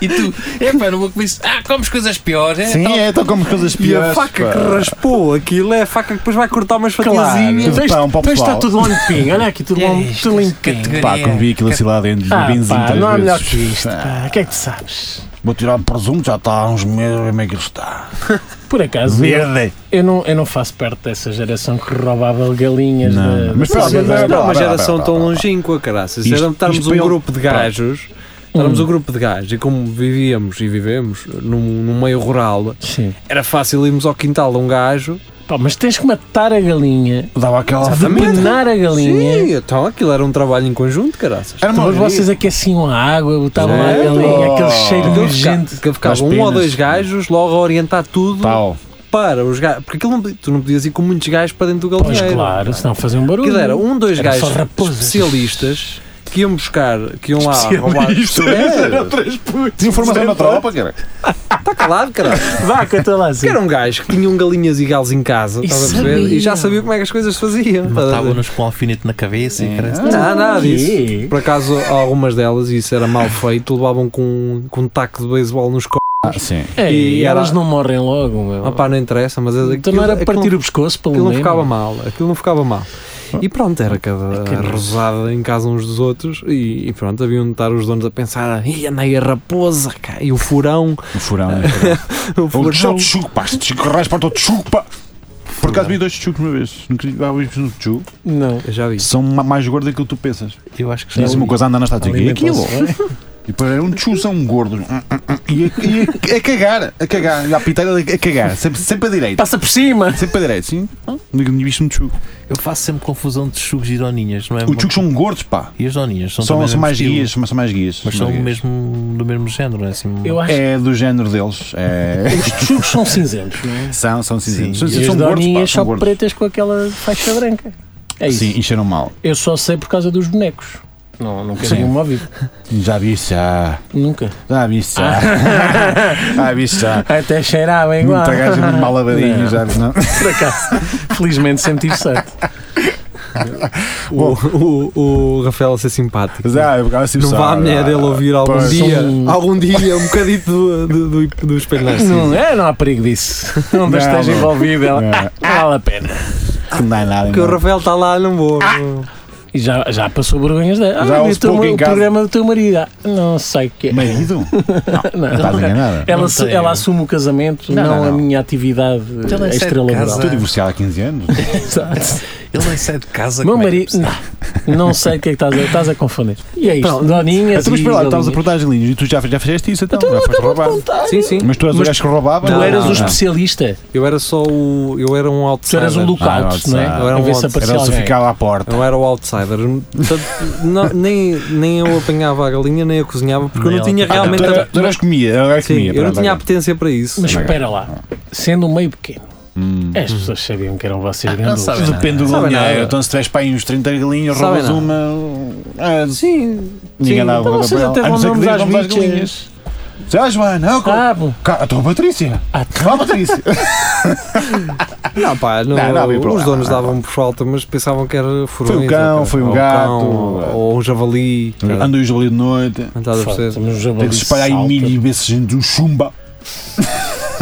Speaker 5: e tu, é pá, não vou comer isso. Ah, comes coisas piores, é?
Speaker 4: Sim,
Speaker 5: Tal-
Speaker 4: é, estou como coisas
Speaker 2: E a
Speaker 4: piores.
Speaker 2: faca
Speaker 4: pá.
Speaker 2: que raspou aquilo é a faca que depois vai cortar umas fatiazinhas.
Speaker 4: Tudo pão para o
Speaker 3: Tens de estar
Speaker 4: pessoal.
Speaker 3: tudo limpinho. Olha aqui, tudo,
Speaker 5: É
Speaker 3: lim-
Speaker 5: isto,
Speaker 3: tudo
Speaker 5: essa
Speaker 3: limpinho.
Speaker 5: categoria.
Speaker 4: Pá, como vi aquilo assim lá dentro,
Speaker 3: Ah,
Speaker 4: benzinho
Speaker 3: pá,
Speaker 4: três
Speaker 3: não é melhor
Speaker 4: vezes.
Speaker 3: que isto.
Speaker 4: Ah,
Speaker 3: pá. O que é que tu sabes?
Speaker 4: Vou tirar o presunto, já está há uns meses, como é que ele está.
Speaker 3: Por acaso, eu,
Speaker 4: Verde!
Speaker 3: eu não, eu não faço parte dessa geração que roubava galinhas.
Speaker 4: Não,
Speaker 3: da-
Speaker 4: mas
Speaker 3: da
Speaker 4: pronto,
Speaker 2: Mas
Speaker 3: sociedade.
Speaker 4: pá,
Speaker 2: não é
Speaker 4: pá,
Speaker 2: uma
Speaker 4: pá,
Speaker 2: geração
Speaker 4: pá,
Speaker 2: tão
Speaker 4: pá, pá.
Speaker 2: longínqua, caraças.
Speaker 4: Isto-
Speaker 2: Era estarmos
Speaker 4: isto
Speaker 2: um
Speaker 4: para ele-
Speaker 2: grupo de gajos, estarmos um grupo de gajos e como vivíamos e vivemos num, num meio rural,
Speaker 3: Sim.
Speaker 2: era fácil irmos ao quintal de um gajo.
Speaker 3: Pá, mas tens que matar a galinha,
Speaker 4: Dava aquela.
Speaker 2: Exatamente.
Speaker 3: penar a galinha.
Speaker 2: Ah, Sim, então aquilo era um trabalho em conjunto, caraças.
Speaker 4: Era uma
Speaker 3: Depois
Speaker 4: alegria.
Speaker 3: vocês aqueciam a água, botavam lá a
Speaker 2: Certo.
Speaker 3: galinha, aquele cheiro
Speaker 2: Aquilo
Speaker 3: de
Speaker 2: fica-
Speaker 3: gente.
Speaker 2: que ficava
Speaker 4: As
Speaker 2: um ou
Speaker 4: penas.
Speaker 2: dois gajos logo a orientar tudo
Speaker 4: Pau.
Speaker 2: para os gajos. Porque aquilo não, podia- tu não podias ir com muitos gajos para dentro do
Speaker 3: Pois
Speaker 2: galinheiro.
Speaker 3: claro, senão faziam um barulho.
Speaker 2: Aquilo era um, dois
Speaker 3: Era só
Speaker 2: gajos
Speaker 3: raposas.
Speaker 2: especialistas que iam buscar, que iam lá roubar.
Speaker 4: Desinformação na tropa, cara.
Speaker 2: Está calado, caralho.
Speaker 3: Vá, conta lá assim.
Speaker 2: Que era um gajo que tinha um galinhas e galos em casa,
Speaker 3: E
Speaker 2: estás a perceber?
Speaker 3: sabia.
Speaker 2: E já sabia como é que as coisas se faziam. estás a ver?
Speaker 5: Matava-nos com um alfinete na cabeça e caralho.
Speaker 4: Ah.
Speaker 2: Não, nada disso.
Speaker 3: Quê?
Speaker 2: Por acaso, algumas delas, e isso era mal feito, levavam com, com um taco de beisebol nos c.
Speaker 4: Ah, sim.
Speaker 3: Ei,
Speaker 2: E era-
Speaker 3: elas não morrem logo, meu.
Speaker 2: Ah, pá, não interessa, mas aquilo,
Speaker 3: então não era
Speaker 2: aquilo-
Speaker 3: partir o pescoço pelo
Speaker 2: aquilo não
Speaker 3: meio?
Speaker 2: ficava mal. Aquilo não ficava mal. E pronto, era cada rosada em casa uns dos outros, e, e pronto, haviam de estar os donos a pensar: e andei a raposa, cá, e o furão,
Speaker 4: O furão.
Speaker 2: o
Speaker 4: O
Speaker 2: furão.
Speaker 4: tchuco, tchuco, pá. Este tchuco raspa todo tchuco, pá. Por acaso vi dois tchucos uma vez. Nunca vi um tchuco.
Speaker 3: Não.
Speaker 2: Eu já vi.
Speaker 4: São ma- mais gordos daquilo que tu pensas.
Speaker 5: Eu acho que já
Speaker 4: Diz uma
Speaker 5: ouvi.
Speaker 4: coisa, anda na estátua. E aquilo?
Speaker 3: Alimentam-se bem.
Speaker 4: E depois era um tchu, são gordos. Hum, hum, hum. E a, e a- a cagar, a cagar. E a piteira a cagar. Sempre, sempre a direita.
Speaker 3: Passa por cima.
Speaker 4: Sempre a direita, sim. Nunca tinha visto um tchuco.
Speaker 5: Eu faço sempre confusão de chugos e roninhas, não é?
Speaker 4: Os tchucos são gordos, pá.
Speaker 5: E as roninhas são,
Speaker 4: São,
Speaker 5: também
Speaker 4: são
Speaker 5: do
Speaker 4: mais
Speaker 5: mesmo
Speaker 4: guias,
Speaker 5: estilo,
Speaker 4: mas são mais guias.
Speaker 5: Mas
Speaker 4: mais
Speaker 5: são do
Speaker 4: guias.
Speaker 5: mesmo, do mesmo género, não é assim?
Speaker 3: Eu acho
Speaker 4: É do género deles. É.
Speaker 3: que os chugos são cinzentos, não é?
Speaker 4: São, são cinzentos. São,
Speaker 3: E as
Speaker 4: são gordos, pá,
Speaker 3: doninhas
Speaker 4: são
Speaker 3: só
Speaker 4: gordos.
Speaker 3: pretas com aquela faixa branca. É isso.
Speaker 4: Sim, encheram mal.
Speaker 3: Eu só sei por causa dos bonecos. Não, não quero
Speaker 4: Sim.
Speaker 3: nenhum ouvido.
Speaker 4: Já vi isso, já.
Speaker 3: Nunca.
Speaker 4: Já vi isso, Ah, já.
Speaker 2: Ah.
Speaker 4: já vi isso, já.
Speaker 3: Até cheirava igual.
Speaker 4: Muita gaja muito mal
Speaker 3: Não.
Speaker 4: lavadinho, já. Não.
Speaker 3: Por acaso. Felizmente sempre tive sorte.
Speaker 2: O, o, o Rafael a ser simpático.
Speaker 4: Já, eu ficava assim,
Speaker 2: Não
Speaker 4: só,
Speaker 2: vá a mulher
Speaker 4: já.
Speaker 2: dele ouvir algum
Speaker 4: Pois.
Speaker 2: dia,
Speaker 3: São-
Speaker 2: algum dia, um bocadito do, do, do, do espelho narciso.
Speaker 3: Não, é, não há perigo disso. Onde eu
Speaker 4: Não,
Speaker 3: esteja
Speaker 4: não.
Speaker 3: envolvido, ela,
Speaker 4: É.
Speaker 3: ah, vale a pena.
Speaker 4: Que Não é nada.
Speaker 2: Porque o
Speaker 4: não.
Speaker 2: Rafael está lá, não vou.
Speaker 3: Ah! E já, já passou vergonhas dela. Ah,
Speaker 4: Já
Speaker 3: vi
Speaker 4: ouve
Speaker 3: o teu-
Speaker 4: pouco em
Speaker 3: o
Speaker 4: casa.
Speaker 3: programa do teu marido. Ah, Não sei o que é.
Speaker 4: Marido?
Speaker 3: Não.
Speaker 4: Não estás
Speaker 2: É.
Speaker 4: enganada.
Speaker 3: Ela,
Speaker 5: Não
Speaker 3: assu-
Speaker 5: tem.
Speaker 3: ela assume o casamento, não,
Speaker 4: Não, não,
Speaker 3: a
Speaker 4: não.
Speaker 3: minha atividade
Speaker 5: Então ela é
Speaker 3: extralaboral.
Speaker 5: sede
Speaker 4: Estou divorciado há 15 anos.
Speaker 2: É
Speaker 4: Ah,
Speaker 3: Exato.
Speaker 5: Ele nem sai de casa.
Speaker 3: Meu
Speaker 5: como é que é
Speaker 3: marido, não, não sei o que é que estás a, estás a confundir. E é isto,
Speaker 2: Pronto.
Speaker 3: doninhas.
Speaker 4: Então, mas espera
Speaker 3: e
Speaker 4: lá, estavas a
Speaker 3: galinhas.
Speaker 4: perguntar as linhas e tu já, já fizeste isso, então. Já foste roubar.
Speaker 2: Sim, sim.
Speaker 4: Mas tu eras o
Speaker 3: Mas
Speaker 4: gajo que roubava?
Speaker 3: Tu
Speaker 2: Não,
Speaker 3: eras
Speaker 2: não,
Speaker 3: um
Speaker 2: não.
Speaker 3: especialista,
Speaker 2: Eu era só o. Eu era um
Speaker 3: tu
Speaker 2: outsider.
Speaker 3: eras um
Speaker 4: Ah,
Speaker 3: lookout,
Speaker 4: outside.
Speaker 3: não
Speaker 2: Eu
Speaker 3: é?
Speaker 2: era
Speaker 3: a ver
Speaker 2: um
Speaker 3: se
Speaker 2: outside.
Speaker 3: aparecia
Speaker 4: Era o que
Speaker 3: alguém.
Speaker 4: ficava à porta.
Speaker 2: Eu era o outsider. Tanto- não- nem, nem eu apanhava a galinha, nem eu cozinhava, porque eu
Speaker 5: Nem
Speaker 2: não
Speaker 5: ela.
Speaker 2: tinha
Speaker 5: Ah,
Speaker 2: realmente.
Speaker 4: tu,
Speaker 2: a-
Speaker 4: eras, tu eras comia, era o gajo que
Speaker 2: Sim,
Speaker 4: comia.
Speaker 2: eu não
Speaker 4: pronto,
Speaker 2: tinha
Speaker 4: ok.
Speaker 2: apetência para isso.
Speaker 3: Mas
Speaker 4: Não.
Speaker 3: espera lá, sendo um meio pequeno, as pessoas sabiam que eram vocês grandes.
Speaker 5: sabem.
Speaker 4: Depende do
Speaker 2: Sabe
Speaker 4: galinheiro.
Speaker 2: nada.
Speaker 4: Então, se tiveres para aí uns 30 galinhas,
Speaker 2: Sabe
Speaker 4: roubas
Speaker 2: nada.
Speaker 4: uma. ah,
Speaker 2: Sim,
Speaker 4: ninguém
Speaker 2: sim.
Speaker 4: dá
Speaker 3: Então
Speaker 4: bola
Speaker 3: vocês
Speaker 4: para
Speaker 3: até
Speaker 4: ela. A não
Speaker 3: vão
Speaker 4: ser é que
Speaker 3: nomes
Speaker 4: dêem
Speaker 3: às
Speaker 4: nome às galinhas.
Speaker 3: bichas.
Speaker 4: Já, Joana, não,
Speaker 3: Ah, bom.
Speaker 4: cá, a tua Patrícia.
Speaker 3: Ah,
Speaker 4: Vá, Patrícia.
Speaker 2: Não, pá, não-
Speaker 4: Não, não havia
Speaker 2: os
Speaker 4: problema.
Speaker 2: donos davam por falta, mas pensavam que era furões.
Speaker 4: Foi um cão,
Speaker 2: ou que-
Speaker 4: foi um
Speaker 2: ou
Speaker 4: gato.
Speaker 2: ou- ou um javali.
Speaker 4: Andam os ali de noite.
Speaker 2: Estás a perceber?
Speaker 3: Temos um
Speaker 4: Tem
Speaker 3: javali
Speaker 4: que se espalhar em
Speaker 3: salta.
Speaker 4: milho e ver se gente o chumba.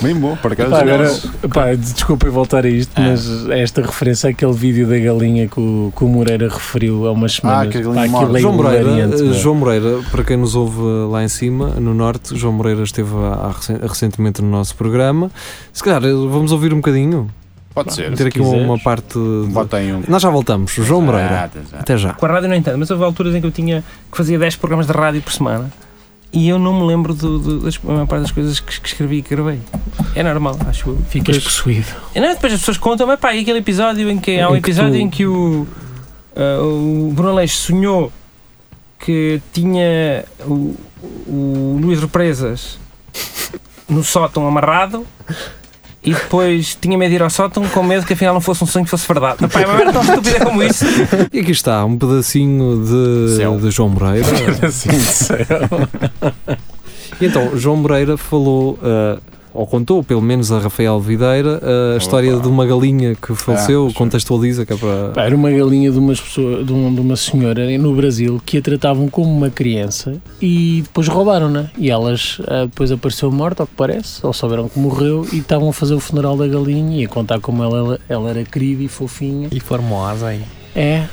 Speaker 4: Bem bom, por acaso.
Speaker 3: Pá, agora, pá, desculpem voltar a isto, mas esta referência àquele vídeo da galinha que o, que o Moreira referiu há umas
Speaker 4: Ah,
Speaker 3: semanas.
Speaker 4: que a galinha
Speaker 3: Pá, aquilo
Speaker 4: morta.
Speaker 3: é
Speaker 2: João Moreira,
Speaker 3: hilariante,
Speaker 2: eh,
Speaker 3: meu.
Speaker 2: João Moreira, para quem nos ouve eh, lá em cima, no Norte, João Moreira esteve há- há recen- recentemente no nosso programa. Se calhar eh, vamos ouvir um bocadinho,
Speaker 4: Pode ser.
Speaker 2: ter aqui uma,
Speaker 3: quiseres.
Speaker 2: uma parte. de-
Speaker 4: Votem um.
Speaker 2: Nós já voltamos, João Moreira.
Speaker 4: Ah, tá, tá.
Speaker 2: Até já.
Speaker 6: Com a rádio não entendo, mas houve alturas em que eu tinha que fazia 10 programas de rádio por semana e eu não me lembro do, do- das, a maior parte das coisas que, que escrevi e que gravei. É normal, acho eu.
Speaker 3: Ficas
Speaker 6: Depois,
Speaker 3: possuído.
Speaker 6: E não, depois as pessoas contam, mas pá, e aquele episódio em que há
Speaker 3: Em
Speaker 6: um
Speaker 3: que tu-
Speaker 6: episódio em que o, ah, o Bruno Leix sonhou que tinha o, o Luís Represas no sótão amarrado E depois tinha medo de ir ao sótão com medo que afinal não fosse um sonho que fosse verdade. Epá, é uma merda tão estúpida como isso.
Speaker 2: E aqui está um pedacinho de,
Speaker 4: Céu.
Speaker 2: de João Moreira.
Speaker 4: Sim, sei.
Speaker 2: E então, João Moreira falou, ah, ou contou, pelo menos a Rafael Videira, ah, a história de uma galinha que faleceu,
Speaker 4: Ah,
Speaker 2: contextualiza que é para.
Speaker 3: Pá, era uma galinha de, umas pessoa- de, um- de uma senhora no Brasil que a tratavam como uma criança e depois roubaram-na. E elas ah, depois apareceu morta, ao que parece, ou souberam que morreu e estavam a fazer o funeral da galinha e a contar como ela, ela, ela era querida e fofinha.
Speaker 5: E formosa aí.
Speaker 3: É,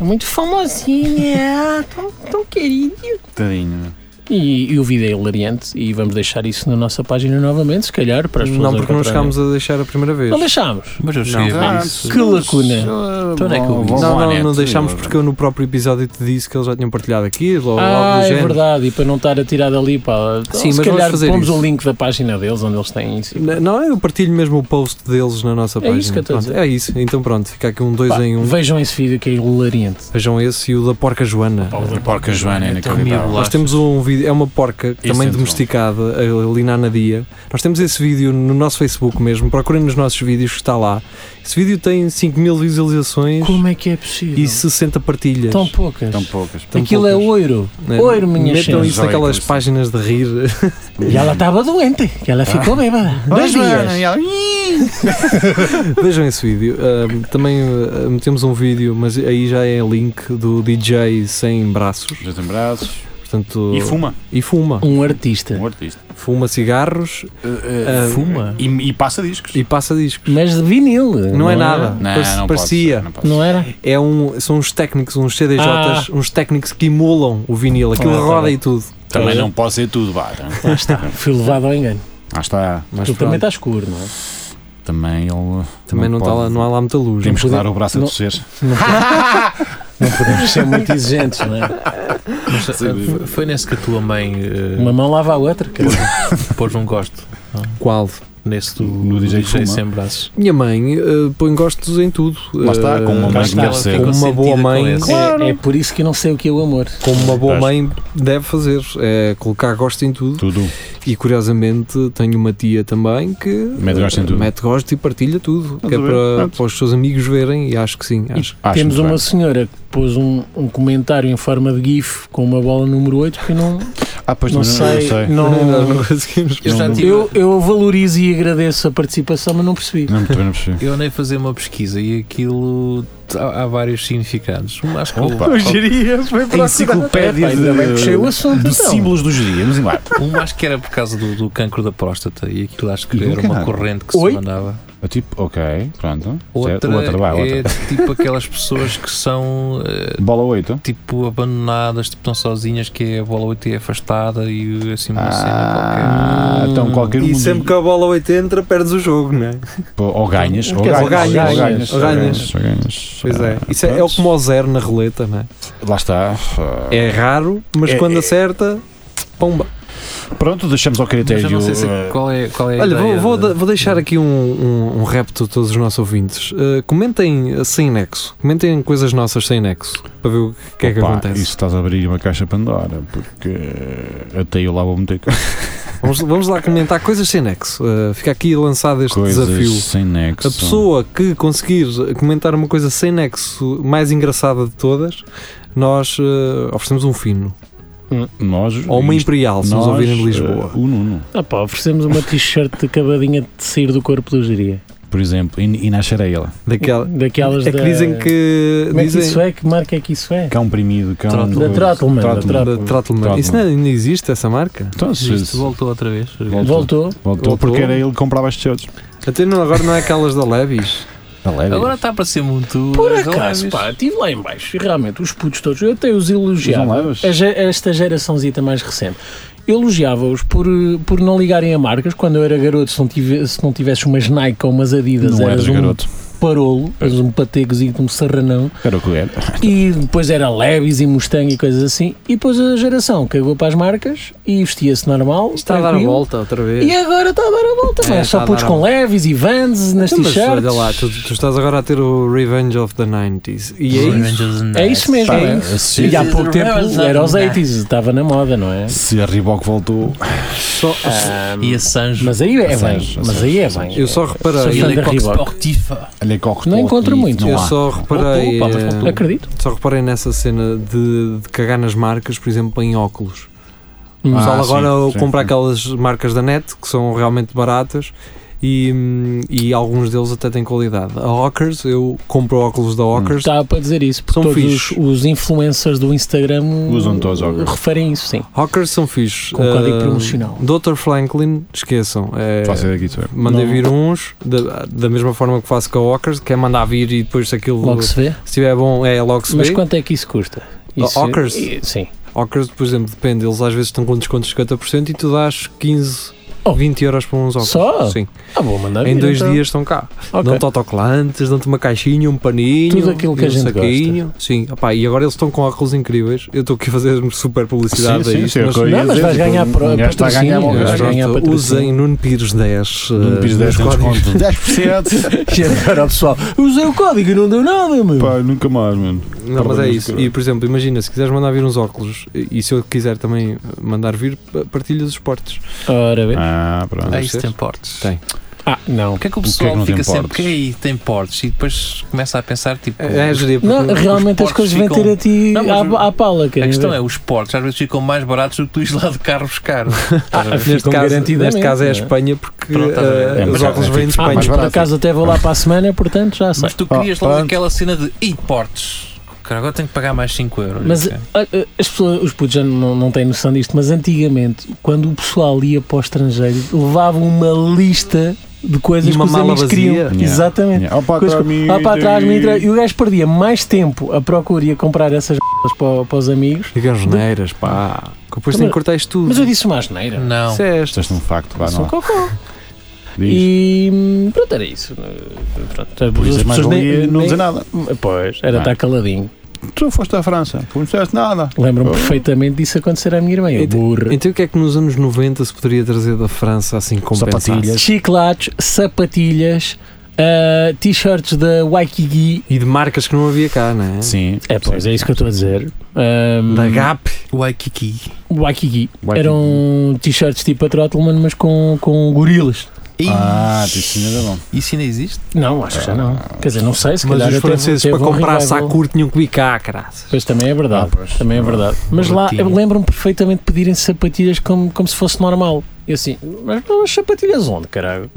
Speaker 3: é muito famosinha, ah, tão, tão querida.
Speaker 4: Tadinho.
Speaker 3: E, e o vídeo é hilariante e vamos deixar isso na nossa página novamente, se calhar, para as pessoas
Speaker 2: Não, porque não
Speaker 3: encontrarem.
Speaker 2: chegámos a deixar a primeira vez.
Speaker 3: Não deixámos.
Speaker 5: Mas eu cheguei a ver
Speaker 4: Ah,
Speaker 5: É isso.
Speaker 3: Que lacuna.
Speaker 4: Ah,
Speaker 5: Então onde é que eu
Speaker 4: vão-
Speaker 5: vi?
Speaker 4: vão
Speaker 2: Não,
Speaker 4: à
Speaker 2: não,
Speaker 4: net.
Speaker 2: não deixámos porque eu no próprio episódio te disse que eles já tinham partilhado aquilo ou algo
Speaker 3: Ah,
Speaker 2: do
Speaker 3: é
Speaker 2: género.
Speaker 3: verdade, e para não estar a tirar dali, pá,
Speaker 2: Sim,
Speaker 3: então, se
Speaker 2: mas vamos
Speaker 3: calhar
Speaker 2: fazer
Speaker 3: pomos
Speaker 2: isso.
Speaker 3: o link da página deles, onde eles têm isso.
Speaker 2: N- Não, eu partilho mesmo o post deles na nossa página.
Speaker 3: isso que eu estou a
Speaker 2: Pronto,
Speaker 3: dizer.
Speaker 2: É isso, então pronto, fica aqui um dois
Speaker 3: Pá,
Speaker 2: em um.
Speaker 3: Vejam esse vídeo que é hilariante.
Speaker 2: Vejam esse e o da porca Joana.
Speaker 3: Pá, o da
Speaker 4: Porca Joana é
Speaker 5: Então,
Speaker 4: inacreditável.
Speaker 5: miolo.
Speaker 2: Nós temos um vídeo, é uma porca também
Speaker 4: é muito
Speaker 2: domesticada ali na Anadia. Nós temos esse vídeo no nosso Facebook mesmo. Procurem nos nossos vídeos que está lá. Esse vídeo tem 5 mil visualizações
Speaker 3: Como é que é possível?
Speaker 2: e 60 partilhas.
Speaker 3: Tão poucas.
Speaker 4: Tão poucas.
Speaker 2: Tão
Speaker 3: Aquilo é
Speaker 2: poucas.
Speaker 3: oiro.
Speaker 2: É,
Speaker 3: oiro, minha
Speaker 2: Metam
Speaker 3: gente.
Speaker 2: isso naquelas
Speaker 4: Zoicos.
Speaker 2: páginas de rir.
Speaker 3: E ela estava doente, que
Speaker 2: Ah.
Speaker 3: ela ficou bêbada. Dois
Speaker 2: é,
Speaker 4: é,
Speaker 3: dias.
Speaker 2: Vejam esse vídeo. Ahm, também ah, metemos um vídeo, mas aí já é link do DJ sem braços.
Speaker 4: Dois em braços.
Speaker 2: Portanto,
Speaker 4: E fuma.
Speaker 2: e fuma.
Speaker 3: Um artista.
Speaker 4: Um artista.
Speaker 2: Fuma cigarros eh,
Speaker 4: Ah,
Speaker 5: Fuma.
Speaker 4: E e passa discos.
Speaker 2: e passa discos.
Speaker 3: Mas de vinil.
Speaker 2: Não, é nada.
Speaker 4: Não,
Speaker 2: Parece-
Speaker 4: não pode
Speaker 2: parecia.
Speaker 4: ser, não pode
Speaker 3: Não era?
Speaker 2: É um, são uns técnicos, uns
Speaker 4: Ah.
Speaker 2: CDJs, uns técnicos que emulam o vinil, aquilo
Speaker 3: Ah, tá
Speaker 2: roda
Speaker 3: bem.
Speaker 2: e tudo.
Speaker 4: ser. Também não pode ser tudo, vá.
Speaker 3: Lá está. Fui levado ao engano.
Speaker 4: Ah, está.
Speaker 2: Mas
Speaker 3: Aquilo
Speaker 2: pronto,
Speaker 3: também está escuro, não é?
Speaker 4: Também ele.
Speaker 2: tá, também não,
Speaker 4: não
Speaker 2: tá
Speaker 4: pode.
Speaker 2: lá, não há lá muita luz.
Speaker 4: Temos que
Speaker 3: podemos-
Speaker 4: dar o braço a
Speaker 3: não-
Speaker 4: torcer.
Speaker 3: Não podemos ser muito exigentes, não é?
Speaker 5: Mas, ah, foi- foi nesse que a tua mãe ah,
Speaker 3: Uma mão lava a outra. cara.
Speaker 5: pôs um gosto.
Speaker 2: Qual?
Speaker 5: Nesse do,
Speaker 4: No
Speaker 5: do
Speaker 4: DJ Fuma.
Speaker 5: DJ, sem braços.
Speaker 2: Minha mãe eh, põe gostos em tudo.
Speaker 4: Lá está,
Speaker 2: Eh,
Speaker 4: com uma
Speaker 5: Cá
Speaker 4: mãe que
Speaker 5: está,
Speaker 4: deve
Speaker 5: ela
Speaker 4: ser.
Speaker 5: ficou
Speaker 2: Como uma boa
Speaker 5: sentida
Speaker 2: mãe,
Speaker 5: com esse.
Speaker 2: claro.
Speaker 3: É, é por isso que não sei o que é o amor.
Speaker 2: como uma boa
Speaker 4: Pois.
Speaker 2: mãe deve fazer, é colocar gosto em tudo.
Speaker 4: Tudo.
Speaker 2: E curiosamente tenho uma tia também que
Speaker 4: Mete gosto em
Speaker 2: eh,
Speaker 4: tudo.
Speaker 2: mete gosto e partilha tudo, que é
Speaker 4: a ver,
Speaker 2: para,
Speaker 4: pronto.
Speaker 2: para os seus amigos verem, e acho que sim. Acho.
Speaker 4: Acho
Speaker 3: Temos
Speaker 4: muito
Speaker 3: uma
Speaker 4: bem.
Speaker 3: senhora que pôs um, um comentário em forma de GIF com uma bola número 8 que não,
Speaker 4: Ah, pois
Speaker 3: não sei. Não, tipo-
Speaker 2: Nós não conseguimos.
Speaker 5: Eu já tive-
Speaker 3: eu, eu valorizo e agradeço a participação, mas não percebi.
Speaker 4: Não, também não percebi.
Speaker 5: Eu andei a fazer uma pesquisa e aquilo t- há, há vários significados. Um, Acho que o-
Speaker 4: Opa.
Speaker 3: A
Speaker 4: enciclopédia
Speaker 3: Ainda bem que puxei o assunto.
Speaker 4: De
Speaker 3: então.
Speaker 4: símbolos dos dias. Vamos embora.
Speaker 5: um acho que era por causa do, do cancro da próstata e aquilo acho que
Speaker 4: Nunca
Speaker 5: era uma
Speaker 4: nada.
Speaker 5: corrente que
Speaker 3: Oi?
Speaker 5: se mandava.
Speaker 4: Eu tipo, ok, pronto. Certo.
Speaker 5: Outra,
Speaker 4: Outra, vai,
Speaker 5: é
Speaker 4: outra.
Speaker 5: tipo aquelas pessoas que são eh,
Speaker 4: Bola 8.
Speaker 5: tipo abandonadas, tipo estão sozinhas, que é a bola 8 é afastada e assim uma cena
Speaker 4: Ah, então qualquer um.
Speaker 2: E sempre que a bola 8 entra, perdes o jogo, não é?
Speaker 4: Ou ganhas, ou
Speaker 3: Quer dizer,
Speaker 4: ganhas,
Speaker 2: ou ganhas, ou ganhas.
Speaker 4: ou ganhas.
Speaker 2: Pois é.
Speaker 4: Ah,
Speaker 2: Isso é, é o
Speaker 4: pronto.
Speaker 2: como ao zero na roleta, não é?
Speaker 4: Lá está. Ah,
Speaker 2: É raro, mas
Speaker 4: É-
Speaker 2: quando
Speaker 4: é-
Speaker 2: acerta, pomba.
Speaker 4: Pronto, deixamos ao
Speaker 5: qualquer. É. Mas
Speaker 4: critério.
Speaker 5: eu não sei se-
Speaker 4: ah,
Speaker 5: qual é, qual é a
Speaker 2: Olha, vou,
Speaker 5: ideia
Speaker 2: vou,
Speaker 5: de-
Speaker 2: da- vou deixar aqui um, um, um repto a todos os nossos ouvintes. Uh, comentem uh, sem nexo. Comentem coisas nossas sem nexo. Para ver o que é que
Speaker 4: Opa,
Speaker 2: acontece.
Speaker 4: Isso estás a abrir uma caixa Pandora, porque até eu lá vou meter
Speaker 2: Vamos, vamos lá comentar coisas sem nexo. Uh, fica aqui lançado este
Speaker 4: coisas
Speaker 2: desafio.
Speaker 4: sem nexo.
Speaker 2: A pessoa que conseguir comentar uma coisa sem nexo mais engraçada de todas, nós uh, oferecemos um fino.
Speaker 4: Nós,
Speaker 2: Ou uma
Speaker 4: isto-
Speaker 2: imperial, se nos
Speaker 4: nós,
Speaker 2: ouvirem de
Speaker 4: ah,
Speaker 2: Lisboa.
Speaker 4: o Nuno,
Speaker 3: Ah pá, oferecemos uma t-shirt acabadinha de sair do corpo do geria.
Speaker 4: por exemplo, e, e nascer a ele.
Speaker 2: Daquela.
Speaker 3: Daquelas
Speaker 2: É que
Speaker 3: da-
Speaker 2: dizem que.
Speaker 3: Como é que
Speaker 2: dizem,
Speaker 3: isso é? Que marca é que isso é?
Speaker 4: Cão primido, cão.
Speaker 5: Trótula.
Speaker 4: coisa.
Speaker 3: Da Trótula, da
Speaker 4: Trótula.
Speaker 2: Da Trottleman.
Speaker 4: Trottleman.
Speaker 2: Isso não, ainda existe, essa marca?
Speaker 4: Então, se-
Speaker 5: Isto voltou outra vez.
Speaker 4: Voltou.
Speaker 3: Voltou.
Speaker 4: voltou,
Speaker 2: Voltou.
Speaker 4: porque era ele que comprava estes outros.
Speaker 2: Até não, agora não é aquelas da Levis.
Speaker 5: Agora está para ser muito.
Speaker 3: Por
Speaker 4: é,
Speaker 5: relógios.
Speaker 3: acaso, pá, estive lá em baixo e realmente os putos todos, eu até os
Speaker 4: Não
Speaker 3: elogiava.
Speaker 4: levas?
Speaker 3: A ge- Esta geraçãozita mais recente. Elogiava-os por, eh, por não ligarem a marcas. Quando eu era garoto, se não, tive, se não tivesse umas Nike ou umas Adidas,
Speaker 4: Não
Speaker 3: eras
Speaker 4: eras
Speaker 3: um
Speaker 4: garoto.
Speaker 3: parolo, mas um pategozinho como sarranão,
Speaker 4: Era o que era.
Speaker 3: e depois era Levis e Mustang e coisas assim, e depois a geração cagou para as marcas e vestia-se normal.
Speaker 2: Está a dar a
Speaker 3: tranquilo.
Speaker 2: volta outra vez.
Speaker 3: E agora está a dar a volta,
Speaker 2: É,
Speaker 3: não é,
Speaker 2: está
Speaker 3: só
Speaker 2: a
Speaker 3: putos
Speaker 2: dar a
Speaker 3: com Levis e Vans nas
Speaker 2: Então, mas
Speaker 3: t-shirts.
Speaker 2: olha lá, tu, tu estás agora a ter o Revenge of the 90s. E é isso.
Speaker 3: É isso mesmo.
Speaker 4: Pá,
Speaker 3: é isso.
Speaker 4: se,
Speaker 3: E há pouco tempo era os 80s, estava na moda, não é?
Speaker 4: se a Reebok voltou.
Speaker 2: Só,
Speaker 5: E a Sanjo.
Speaker 3: Mas aí é bem,
Speaker 4: Sabes,
Speaker 3: mas aí é bem.
Speaker 2: eu só reparei.
Speaker 3: Só-
Speaker 5: ele é
Speaker 3: Sandra
Speaker 5: coque
Speaker 3: Reebok.
Speaker 5: esportiva.
Speaker 4: Olha que ocorre
Speaker 3: Não
Speaker 4: pouco
Speaker 3: encontro
Speaker 4: e
Speaker 3: muito.
Speaker 4: Não
Speaker 2: eu
Speaker 4: há.
Speaker 2: só reparei.
Speaker 5: Opa, opa, mas
Speaker 2: eh,
Speaker 5: voltou.
Speaker 3: Acredito.
Speaker 2: Só reparei nessa cena de, de cagar nas marcas, por exemplo, em óculos. O
Speaker 3: Hum.
Speaker 2: pessoal
Speaker 4: Ah,
Speaker 2: agora
Speaker 4: sim, sim,
Speaker 2: compra
Speaker 4: sim.
Speaker 2: aquelas marcas da net que são realmente baratas e, hum, e alguns deles até têm qualidade. A Hawkers, eu compro óculos da Hawkers.
Speaker 3: Estava para dizer isso, porque
Speaker 2: São
Speaker 3: todos os,
Speaker 2: fixe.
Speaker 3: os influencers do Instagram
Speaker 4: Usam todos, ok.
Speaker 3: referem isso, sim.
Speaker 2: Hawkers são fixes.
Speaker 3: Com código
Speaker 2: Ah,
Speaker 3: promocional.
Speaker 2: Dr. Franklin, esqueçam. É,
Speaker 4: Faço ideia que isso é.
Speaker 2: mandei
Speaker 3: Não.
Speaker 2: vir uns, da, da mesma forma que faço com a Hawkers, que é mandar vir e depois se aquilo
Speaker 3: Logo se vê.
Speaker 2: se estiver bom é logo se
Speaker 3: Mas
Speaker 2: vê.
Speaker 3: quanto é que isso custa?
Speaker 2: Ah,
Speaker 3: Isso, é-
Speaker 2: Hawkers?
Speaker 3: e- Sim.
Speaker 2: Hawkers, por exemplo, depende, eles às vezes estão com descontos de 50% e tu dás 15,
Speaker 3: Oh.
Speaker 2: 20 euros por uns óculos.
Speaker 3: Só?
Speaker 2: Sim.
Speaker 3: Ah, vou mandar
Speaker 2: Em
Speaker 3: vir,
Speaker 2: dois
Speaker 3: então.
Speaker 2: dias estão cá.
Speaker 3: Ok.
Speaker 2: Dão-te autocolantes, dão-te uma caixinha, um paninho,
Speaker 3: Tudo aquilo que
Speaker 2: e
Speaker 3: a
Speaker 2: um
Speaker 3: gente
Speaker 2: saquinho. Sim, opá, e agora eles estão com óculos incríveis. Eu estou aqui a fazer super publicidade a isto.
Speaker 4: é o
Speaker 2: mas-
Speaker 4: que eu ia
Speaker 3: Não, mas
Speaker 4: dizer,
Speaker 3: vais
Speaker 4: tipo,
Speaker 3: ganhar
Speaker 4: um
Speaker 3: pro-
Speaker 4: gajo está a ganhar
Speaker 3: patrocínio, é?
Speaker 4: logo.
Speaker 2: Mas
Speaker 3: vais
Speaker 4: gajo.
Speaker 3: ganhar
Speaker 2: pronto,
Speaker 3: patrocínio.
Speaker 2: Usem Nuno Pires 10.
Speaker 4: Nuno Pires
Speaker 2: eh,
Speaker 4: dez
Speaker 2: meus
Speaker 4: desconto.
Speaker 2: códigos.
Speaker 4: 10%.
Speaker 3: E agora o pessoal, usei o código e não deu nada, meu.
Speaker 4: Pá, nunca mais, mano.
Speaker 2: Não, mas é
Speaker 4: Parabéns,
Speaker 2: isso.
Speaker 4: caralho.
Speaker 2: E por exemplo, imagina, se quiseres mandar vir uns óculos e e se eu quiser também mandar vir, pa- partilhas os portes.
Speaker 3: Ora bem.
Speaker 4: Ah, pronto.
Speaker 5: É
Speaker 2: Deve
Speaker 5: isso,
Speaker 2: ser.
Speaker 5: tem portes.
Speaker 2: Tem.
Speaker 3: Ah, não.
Speaker 5: Porquê é que o
Speaker 4: que é que
Speaker 5: pessoal
Speaker 4: não tem
Speaker 5: fica sempre
Speaker 4: portes?
Speaker 5: que aí tem portes e depois começa a pensar tipo.
Speaker 2: É, é geria, porque
Speaker 3: Não, realmente as
Speaker 5: portos
Speaker 3: coisas vêm
Speaker 5: ficam-
Speaker 3: ter a ti
Speaker 5: Não, mas o-
Speaker 3: à, à pala,
Speaker 5: a questão é, os portes às vezes ficam mais baratos do que tu ires lá de carro buscar.
Speaker 2: neste,
Speaker 3: ficam
Speaker 2: caso,
Speaker 3: garantidamente,
Speaker 2: neste caso é a
Speaker 3: não é?
Speaker 2: Espanha, porque
Speaker 5: Pronto, estás a ver.
Speaker 2: eh,
Speaker 4: É,
Speaker 2: os
Speaker 4: mas é
Speaker 2: óculos
Speaker 4: fixe.
Speaker 2: vêm de
Speaker 4: Ah,
Speaker 2: Espanha.
Speaker 4: mas
Speaker 3: Mas por
Speaker 4: barato.
Speaker 3: acaso até vou lá para a semana, portanto já sei.
Speaker 5: Mas tu
Speaker 4: Ah,
Speaker 5: querias logo
Speaker 4: pronto.
Speaker 5: aquela cena de e portes. Cara, agora tenho que pagar mais 5 euros.
Speaker 3: Mas
Speaker 5: Ok.
Speaker 3: ah, ah, as pessoas, os putos já não, não têm noção disto, mas antigamente, quando o pessoal ia para o estrangeiro, levavam uma lista de coisas
Speaker 2: E uma
Speaker 3: que os
Speaker 2: mala
Speaker 3: amigos
Speaker 2: vazia.
Speaker 3: queriam.
Speaker 4: Yeah.
Speaker 3: Exatamente.
Speaker 4: Yeah. Opa, tá
Speaker 3: Coisas
Speaker 4: atrás
Speaker 3: É. que-
Speaker 4: mim,
Speaker 3: Lá para trás, me entra- e o gajo perdia mais tempo a procurar e a comprar essas merdas para, para os amigos.
Speaker 2: Diga as neiras, pá. Que depois
Speaker 3: Mas-
Speaker 2: tem que cortar isto tudo.
Speaker 3: Mas eu disse uma asneira.
Speaker 5: Não.
Speaker 2: Isso é esta.
Speaker 4: Estás num um facto, vá,
Speaker 3: Sou
Speaker 4: não.
Speaker 3: cocó.
Speaker 4: Diz.
Speaker 3: E hum, pronto, era isso. Pronto,
Speaker 4: Por isso, é
Speaker 3: as
Speaker 4: mais
Speaker 3: pessoas
Speaker 4: valia
Speaker 3: nem-
Speaker 4: não
Speaker 3: nem-
Speaker 4: dizer nada.
Speaker 3: Pois, era
Speaker 4: Não é?
Speaker 3: estar caladinho.
Speaker 4: Tu foste à França, tu não disseste nada.
Speaker 3: Lembro-me
Speaker 4: Oh.
Speaker 3: perfeitamente disso acontecer à minha irmã. Eu,
Speaker 2: Então-
Speaker 3: burra.
Speaker 2: Então o que é que nos anos 90 se poderia trazer da França assim compensasse?
Speaker 4: Sapatilhas.
Speaker 3: chiclates, sapatilhas, ah, t-shirts da Waikiki.
Speaker 2: E de marcas que não havia cá, não é?
Speaker 4: Sim.
Speaker 3: É, pois, é isso que eu estou a dizer. Ahm,
Speaker 2: Da Gap.
Speaker 5: Waikiki.
Speaker 3: Waikiki.
Speaker 4: Waikiki.
Speaker 3: Eram t-shirts tipo a Trottelman, mas com, com um gorilas.
Speaker 5: Ih,
Speaker 4: Ah, isso ainda era bom.
Speaker 5: Isso ainda existe?
Speaker 3: Não, acho que já não. Quer dizer, não sei, se
Speaker 2: Mas
Speaker 3: calhar
Speaker 2: os
Speaker 3: até- um
Speaker 2: franceses
Speaker 3: até
Speaker 2: para
Speaker 3: vão
Speaker 2: comprar Ah,
Speaker 3: revival.
Speaker 2: Sakura tinham que vir cá, caraças.
Speaker 3: Pois também é verdade. também é verdade. Mas lá, eu
Speaker 5: Baratinho.
Speaker 3: lembro-me perfeitamente de pedirem sapatilhas como, como se fosse normal. E assim, mas não, as sapatilhas onde, caralho?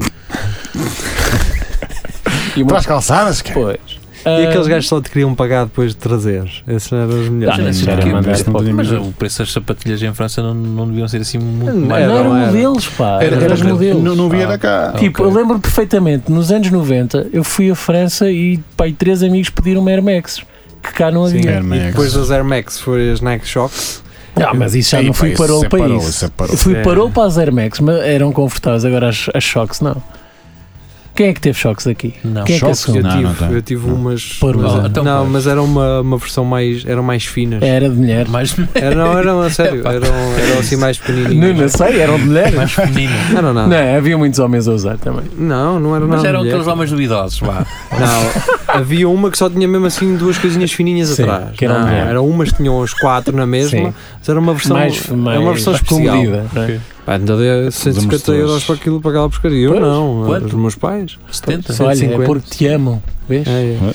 Speaker 3: e uma
Speaker 4: Para as calçadas, cara.
Speaker 3: depois.
Speaker 2: E aqueles gajos só te queriam pagar depois de trazer. Esses eram os melhores.
Speaker 3: Ah,
Speaker 5: Mas
Speaker 3: era
Speaker 5: porquê?
Speaker 3: mandar
Speaker 5: Mas-
Speaker 4: para o-
Speaker 5: Mas o preço das sapatilhas em França não, não deviam ser assim muito
Speaker 2: Não,
Speaker 5: mais.
Speaker 2: era,
Speaker 3: Não eram
Speaker 2: era.
Speaker 3: modelos, pá. Eram
Speaker 5: era-
Speaker 3: os modelos.
Speaker 4: Não, não via da cá.
Speaker 3: Tipo,
Speaker 5: ok.
Speaker 3: eu lembro perfeitamente, nos anos 90, eu fui à França e, pá, e três amigos pediram uma Air Max, que cá não
Speaker 2: Sim,
Speaker 3: havia.
Speaker 4: Air Max.
Speaker 2: E depois das Air Max foi as Nike Shocks.
Speaker 3: Ah, mas isso já não fui parou para isso. Eu fui
Speaker 2: É.
Speaker 3: parou para as Air Max, mas eram confortáveis, agora as, as Shox não. Quem é que teve Shox aqui?
Speaker 5: Não.
Speaker 3: Quem é que
Speaker 4: Shox?
Speaker 3: assume?
Speaker 2: eu,
Speaker 4: Não,
Speaker 2: tive,
Speaker 4: não tem.
Speaker 2: eu tive
Speaker 4: Não.
Speaker 2: umas.
Speaker 3: Por
Speaker 2: mas-
Speaker 3: mal.
Speaker 5: Então,
Speaker 2: não,
Speaker 5: pois.
Speaker 2: mas era uma, uma versão mais. eram mais finas.
Speaker 3: Era de mulher.
Speaker 5: Mais
Speaker 2: Era, não, eram a sério. Eram, eram assim mais
Speaker 3: Não, não
Speaker 2: pequenininhas.
Speaker 3: sei, eram de mulher.
Speaker 5: mais feminino.
Speaker 2: Não, não, não.
Speaker 3: Não, havia muitos homens a usar também.
Speaker 2: Não, não era
Speaker 5: Mas
Speaker 2: nada
Speaker 5: eram
Speaker 2: mulher.
Speaker 5: aqueles homens duvidosos, vá.
Speaker 2: Não, havia uma que só tinha mesmo assim duas coisinhas fininhas
Speaker 3: Sim,
Speaker 2: atrás.
Speaker 3: que era
Speaker 2: não,
Speaker 3: mulher.
Speaker 2: eram umas que tinham as quatro na mesma,
Speaker 3: Sim.
Speaker 2: mas era uma versão,
Speaker 3: mais, mais
Speaker 2: era uma versão especial.
Speaker 3: comedida, não é?
Speaker 2: Pá, ainda dei 150
Speaker 4: todos.
Speaker 2: euros para aquilo, para aquela porcaria. Eu
Speaker 3: Pois,
Speaker 2: não,
Speaker 5: quanto?
Speaker 2: os meus pais.
Speaker 5: 70?
Speaker 2: Sim.
Speaker 3: Olha, é
Speaker 2: 150.
Speaker 3: porque te amam, vês?
Speaker 2: É, é.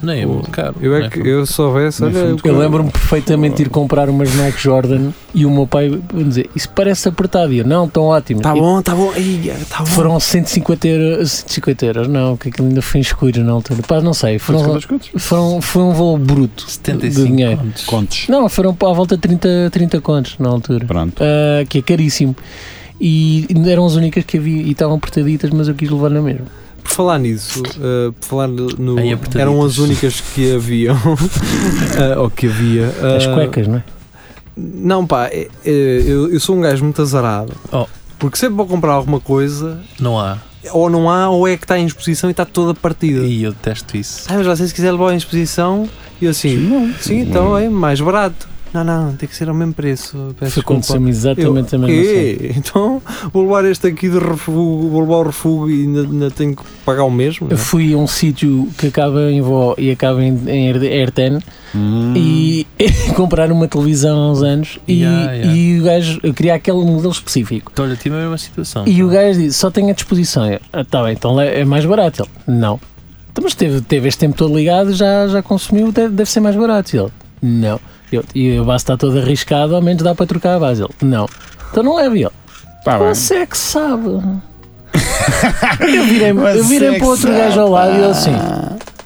Speaker 5: Não é muito caro.
Speaker 2: Eu
Speaker 5: não
Speaker 2: é que eu soubesse, olha, eu,
Speaker 3: Eu lembro-me perfeitamente de ir comprar umas Nike Jordan e o meu pai me dizer isso parece apertado. E eu, não, tão ótimo.
Speaker 2: Tá
Speaker 3: E
Speaker 2: bom, tá bom. Ia, tá bom.
Speaker 3: Foram 150 euros, 150 euros, não, que aquilo ainda foi em escuro na altura. Pá, não sei, foram, um foram, foi um voo bruto.
Speaker 5: 75
Speaker 3: de dinheiro.
Speaker 5: contos.
Speaker 4: Contos.
Speaker 3: Não, foram pá, à volta de 30, 30 contos na altura,
Speaker 4: Pronto.
Speaker 3: Ah, que é caríssimo. E eram as únicas que havia e estavam apertaditas, mas eu quis levar na mesma.
Speaker 2: Por falar nisso, uh, por falar no, no-
Speaker 5: Em apertaditas.
Speaker 2: eram as únicas que haviam. uh, ou que havia. uh,
Speaker 3: As cuecas, não é?
Speaker 2: Não, pá, eh, é- é- eu, eu sou um gajo muito azarado.
Speaker 5: Oh.
Speaker 2: Porque sempre vou comprar alguma coisa
Speaker 5: Não há.
Speaker 2: ou não há, ou é que está em exposição e está toda partida.
Speaker 5: E eu detesto isso.
Speaker 2: Ah, mas você se quiser levar em exposição, e eu assim, não, sim,
Speaker 4: Hum.
Speaker 2: então é mais barato. Não, não, tem que ser ao mesmo preço. Peço desculpa.
Speaker 3: Aconteceu-me exatamente a
Speaker 2: Eu,
Speaker 3: mesma coisa.
Speaker 2: "Quê? então vou levar este aqui de refúgio, vou levar o refúgio e ainda, ainda tenho que pagar o mesmo. é?
Speaker 3: Eu fui a um sítio que acaba em Vó e acaba em, em Erde- Erten e comprar uma televisão há uns anos e,
Speaker 5: Ya, ya.
Speaker 3: e o gajo, eu queria aquele modelo específico.
Speaker 5: Então, olha, tive a mesma situação. então.
Speaker 3: E o gajo disse, só tenho à disposição. Eu, ah, tá bem, então é é mais barato. Ele, não. Então, mas teve, teve este tempo todo ligado, já, já consumiu, deve, deve ser mais barato. Ele, não. Eu, e a base está toda arriscada, ao menos dá para trocar a base. Ele, não. Então não leve ele.
Speaker 4: Pá, bem.
Speaker 3: Você é que sabe. eu virei, eu
Speaker 4: Você
Speaker 3: virei
Speaker 2: é
Speaker 4: que
Speaker 3: para o outro
Speaker 4: sabe,
Speaker 3: gajo ao lado e ele
Speaker 4: pá.
Speaker 3: assim,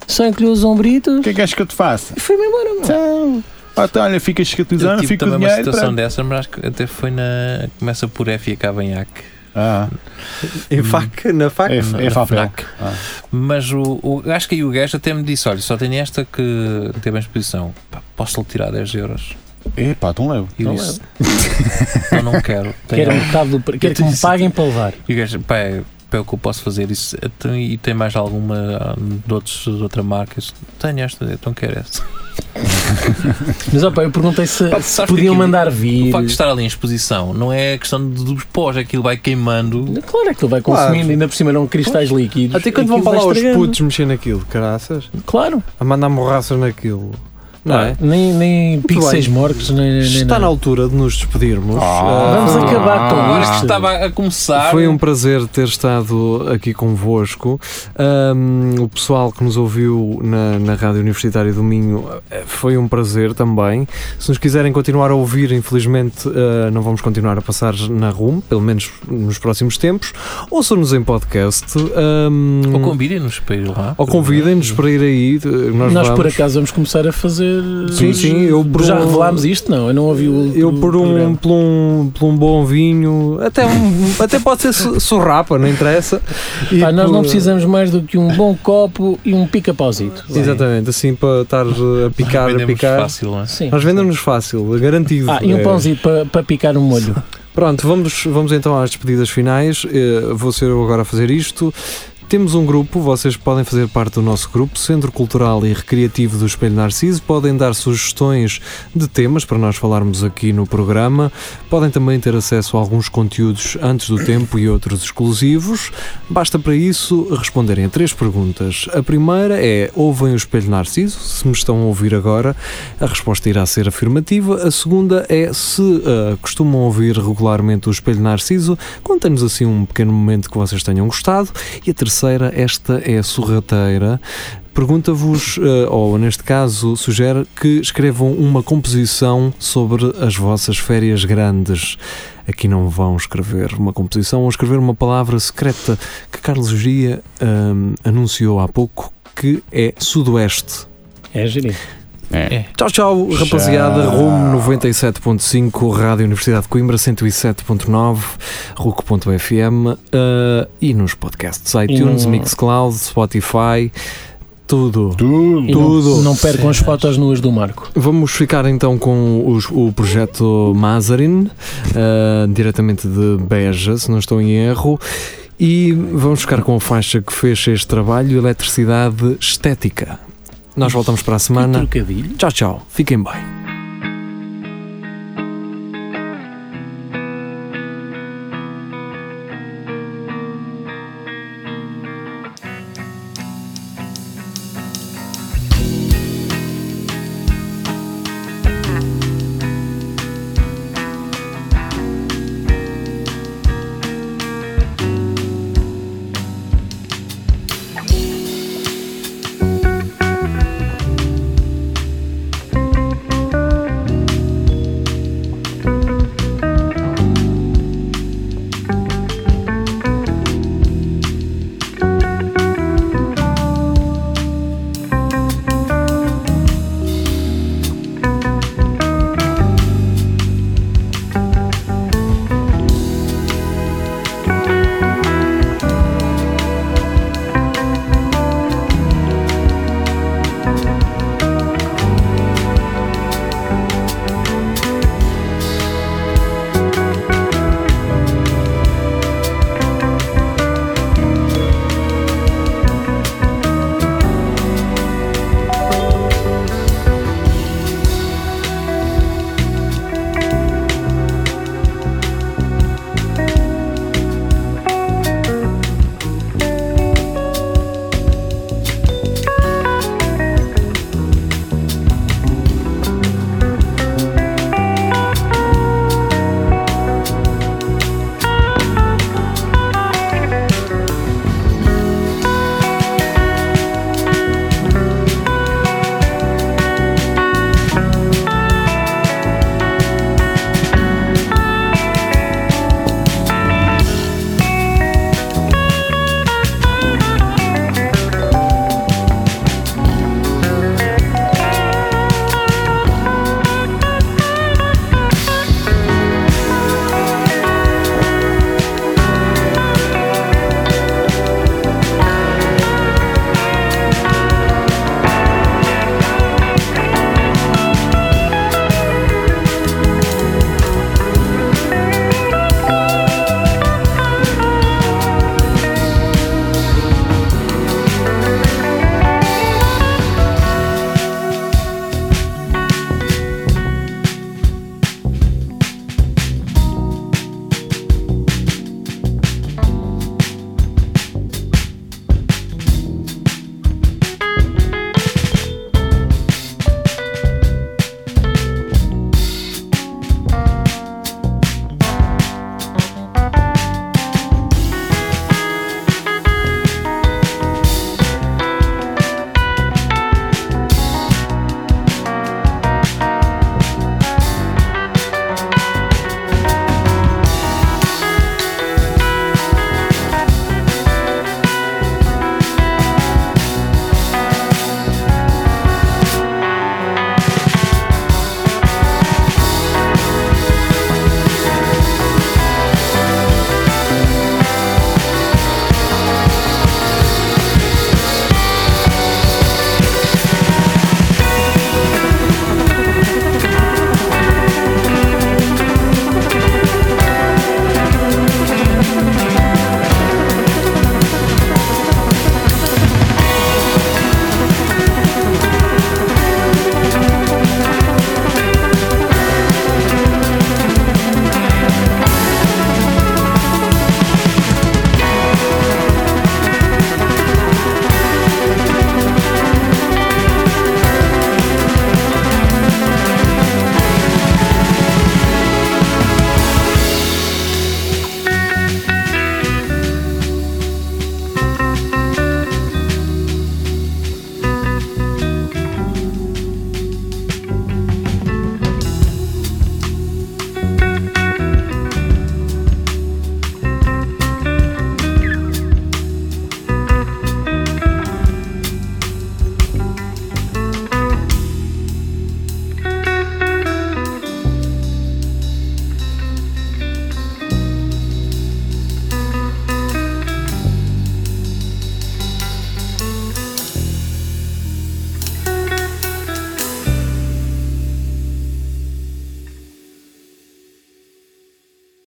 Speaker 3: só encolheu os ombritos
Speaker 4: O que é que achas que eu te faço?
Speaker 3: e foi-me embora. meu.
Speaker 4: Então, ah, então olha, ficas
Speaker 5: Eu
Speaker 4: cicatrizando,
Speaker 5: tive
Speaker 4: fica o
Speaker 5: também uma
Speaker 4: dinheiro.
Speaker 5: situação
Speaker 4: pronto.
Speaker 5: dessa, mas acho que até foi na. Começa por F e acaba em AC.
Speaker 4: Ah,
Speaker 2: Em faca,
Speaker 3: Hum.
Speaker 2: na faca.
Speaker 4: é, é
Speaker 5: na
Speaker 4: papel.
Speaker 5: FNAC. Mas o, o- acho que aí o gajo até me disse: olha, só tenho esta que teve em exposição. Pá, Posso-lhe tirar 10 euros?
Speaker 4: Epá, então levo.
Speaker 5: E eu
Speaker 4: Então
Speaker 5: disse: eu Então não quero. Tenho
Speaker 2: um
Speaker 3: Quero metade do pre- quero que me
Speaker 5: disse-
Speaker 3: paguem para levar.
Speaker 5: E o gajo, pá, é, pá, é o que eu posso fazer. Isso, então, e tem mais alguma ah, de, outros, de outra marca? Eu disse, Tenho esta, então quero esta.
Speaker 3: Mas opa, eu perguntei se,
Speaker 5: Pá,
Speaker 3: se
Speaker 5: sabes que
Speaker 3: podiam
Speaker 5: aquilo-
Speaker 3: mandar
Speaker 5: O
Speaker 3: vir.
Speaker 5: facto de estar ali em exposição não é questão de- dos pós, aquilo vai queimando.
Speaker 3: Claro é que ele vai
Speaker 2: Claro.
Speaker 3: consumindo, ainda por cima eram cristais líquidos.
Speaker 2: Até quando vão
Speaker 3: Aquilo
Speaker 2: para lá
Speaker 3: vai
Speaker 2: os
Speaker 3: estragando.
Speaker 2: putos mexer naquilo, caraças,
Speaker 3: Claro,
Speaker 2: a mandar morraças naquilo, não é?
Speaker 3: nem, nem pixels
Speaker 2: bem.
Speaker 3: mortos, nem, nem, nem
Speaker 2: Está na
Speaker 3: nada.
Speaker 2: altura de nos despedirmos.
Speaker 4: Ah.
Speaker 2: Ah,
Speaker 3: Vamos
Speaker 2: foi-
Speaker 3: acabar com
Speaker 5: Agora que
Speaker 3: isto.
Speaker 5: estava a começar.
Speaker 2: Foi um prazer ter estado aqui convosco. Ahm, o pessoal que nos ouviu na, na Rádio Universitária do Minho eh, foi um prazer também. Se nos quiserem continuar a ouvir, infelizmente eh, não vamos continuar a passar na RUM, pelo menos nos próximos tempos. Ouçam-nos em podcast. ahm,
Speaker 5: Ou convidem-nos para ir lá.
Speaker 2: ou convidem-nos para ir aí. eh, Nós,
Speaker 3: Nós
Speaker 2: vamos.
Speaker 3: por acaso vamos começar a fazer.
Speaker 2: Sim, sim, eu por
Speaker 3: Já
Speaker 2: um-
Speaker 3: revelámos isto? Não, eu não ouvi o.
Speaker 2: Eu
Speaker 3: o
Speaker 2: por um,
Speaker 3: programa.
Speaker 2: por um, por um bom vinho, até, um, até pode ser so- sorrapa, não interessa. E
Speaker 3: Pá, nós
Speaker 2: por-
Speaker 3: não precisamos mais do que um bom copo e um pica-pauzito.
Speaker 2: Exatamente, assim para estar a picar, a
Speaker 5: Vendemos
Speaker 2: picar.
Speaker 5: fácil, não é?
Speaker 3: Sim.
Speaker 2: Nós vendemos fácil, garantido.
Speaker 3: Ah, e um
Speaker 2: É.
Speaker 3: pãozinho para para picar um molho.
Speaker 2: Pronto, vamos, vamos então às despedidas finais. Eh, vou ser eu agora a fazer isto. Temos um grupo, vocês podem fazer parte do nosso grupo, Centro Cultural e Recreativo do Espelho Narciso. Podem dar sugestões de temas para nós falarmos aqui no programa. Podem também ter acesso a alguns conteúdos antes do tempo e outros exclusivos. Basta para isso responderem a três perguntas. A primeira é: ouvem o Espelho Narciso? Se me estão a ouvir agora, a resposta irá ser afirmativa. A segunda é se ah, costumam ouvir regularmente o Espelho Narciso, contem-nos assim um pequeno momento que vocês tenham gostado. E a terceira, esta é a sorrateira. Pergunta-vos, ah, ou neste caso, sugere que escrevam uma composição sobre as vossas férias grandes. Aqui não vão escrever uma composição ou escrever uma palavra secreta que Carlos Gia ahm, anunciou há pouco que é Sudoeste.
Speaker 3: É, gerir.
Speaker 2: Tchau, tchau, rapaziada. Rumo 97.5, Rádio Universidade de Coimbra 107.9, RUC.fm eh, e nos podcasts iTunes,
Speaker 3: E no-
Speaker 2: Mixcloud, Spotify, tudo.
Speaker 4: Tudo.
Speaker 3: E não-
Speaker 2: Tudo.
Speaker 3: Não percam as fotos nuas do Marco.
Speaker 2: Vamos ficar então com os- o projeto Mazarin, eh, diretamente de Beja, se não estou em erro. E vamos ficar com a faixa que fez este trabalho, Eletricidade Estética. Nós voltamos para a
Speaker 3: Que
Speaker 2: semana.
Speaker 3: trocadilho.
Speaker 2: Tchau, tchau. Fiquem bem.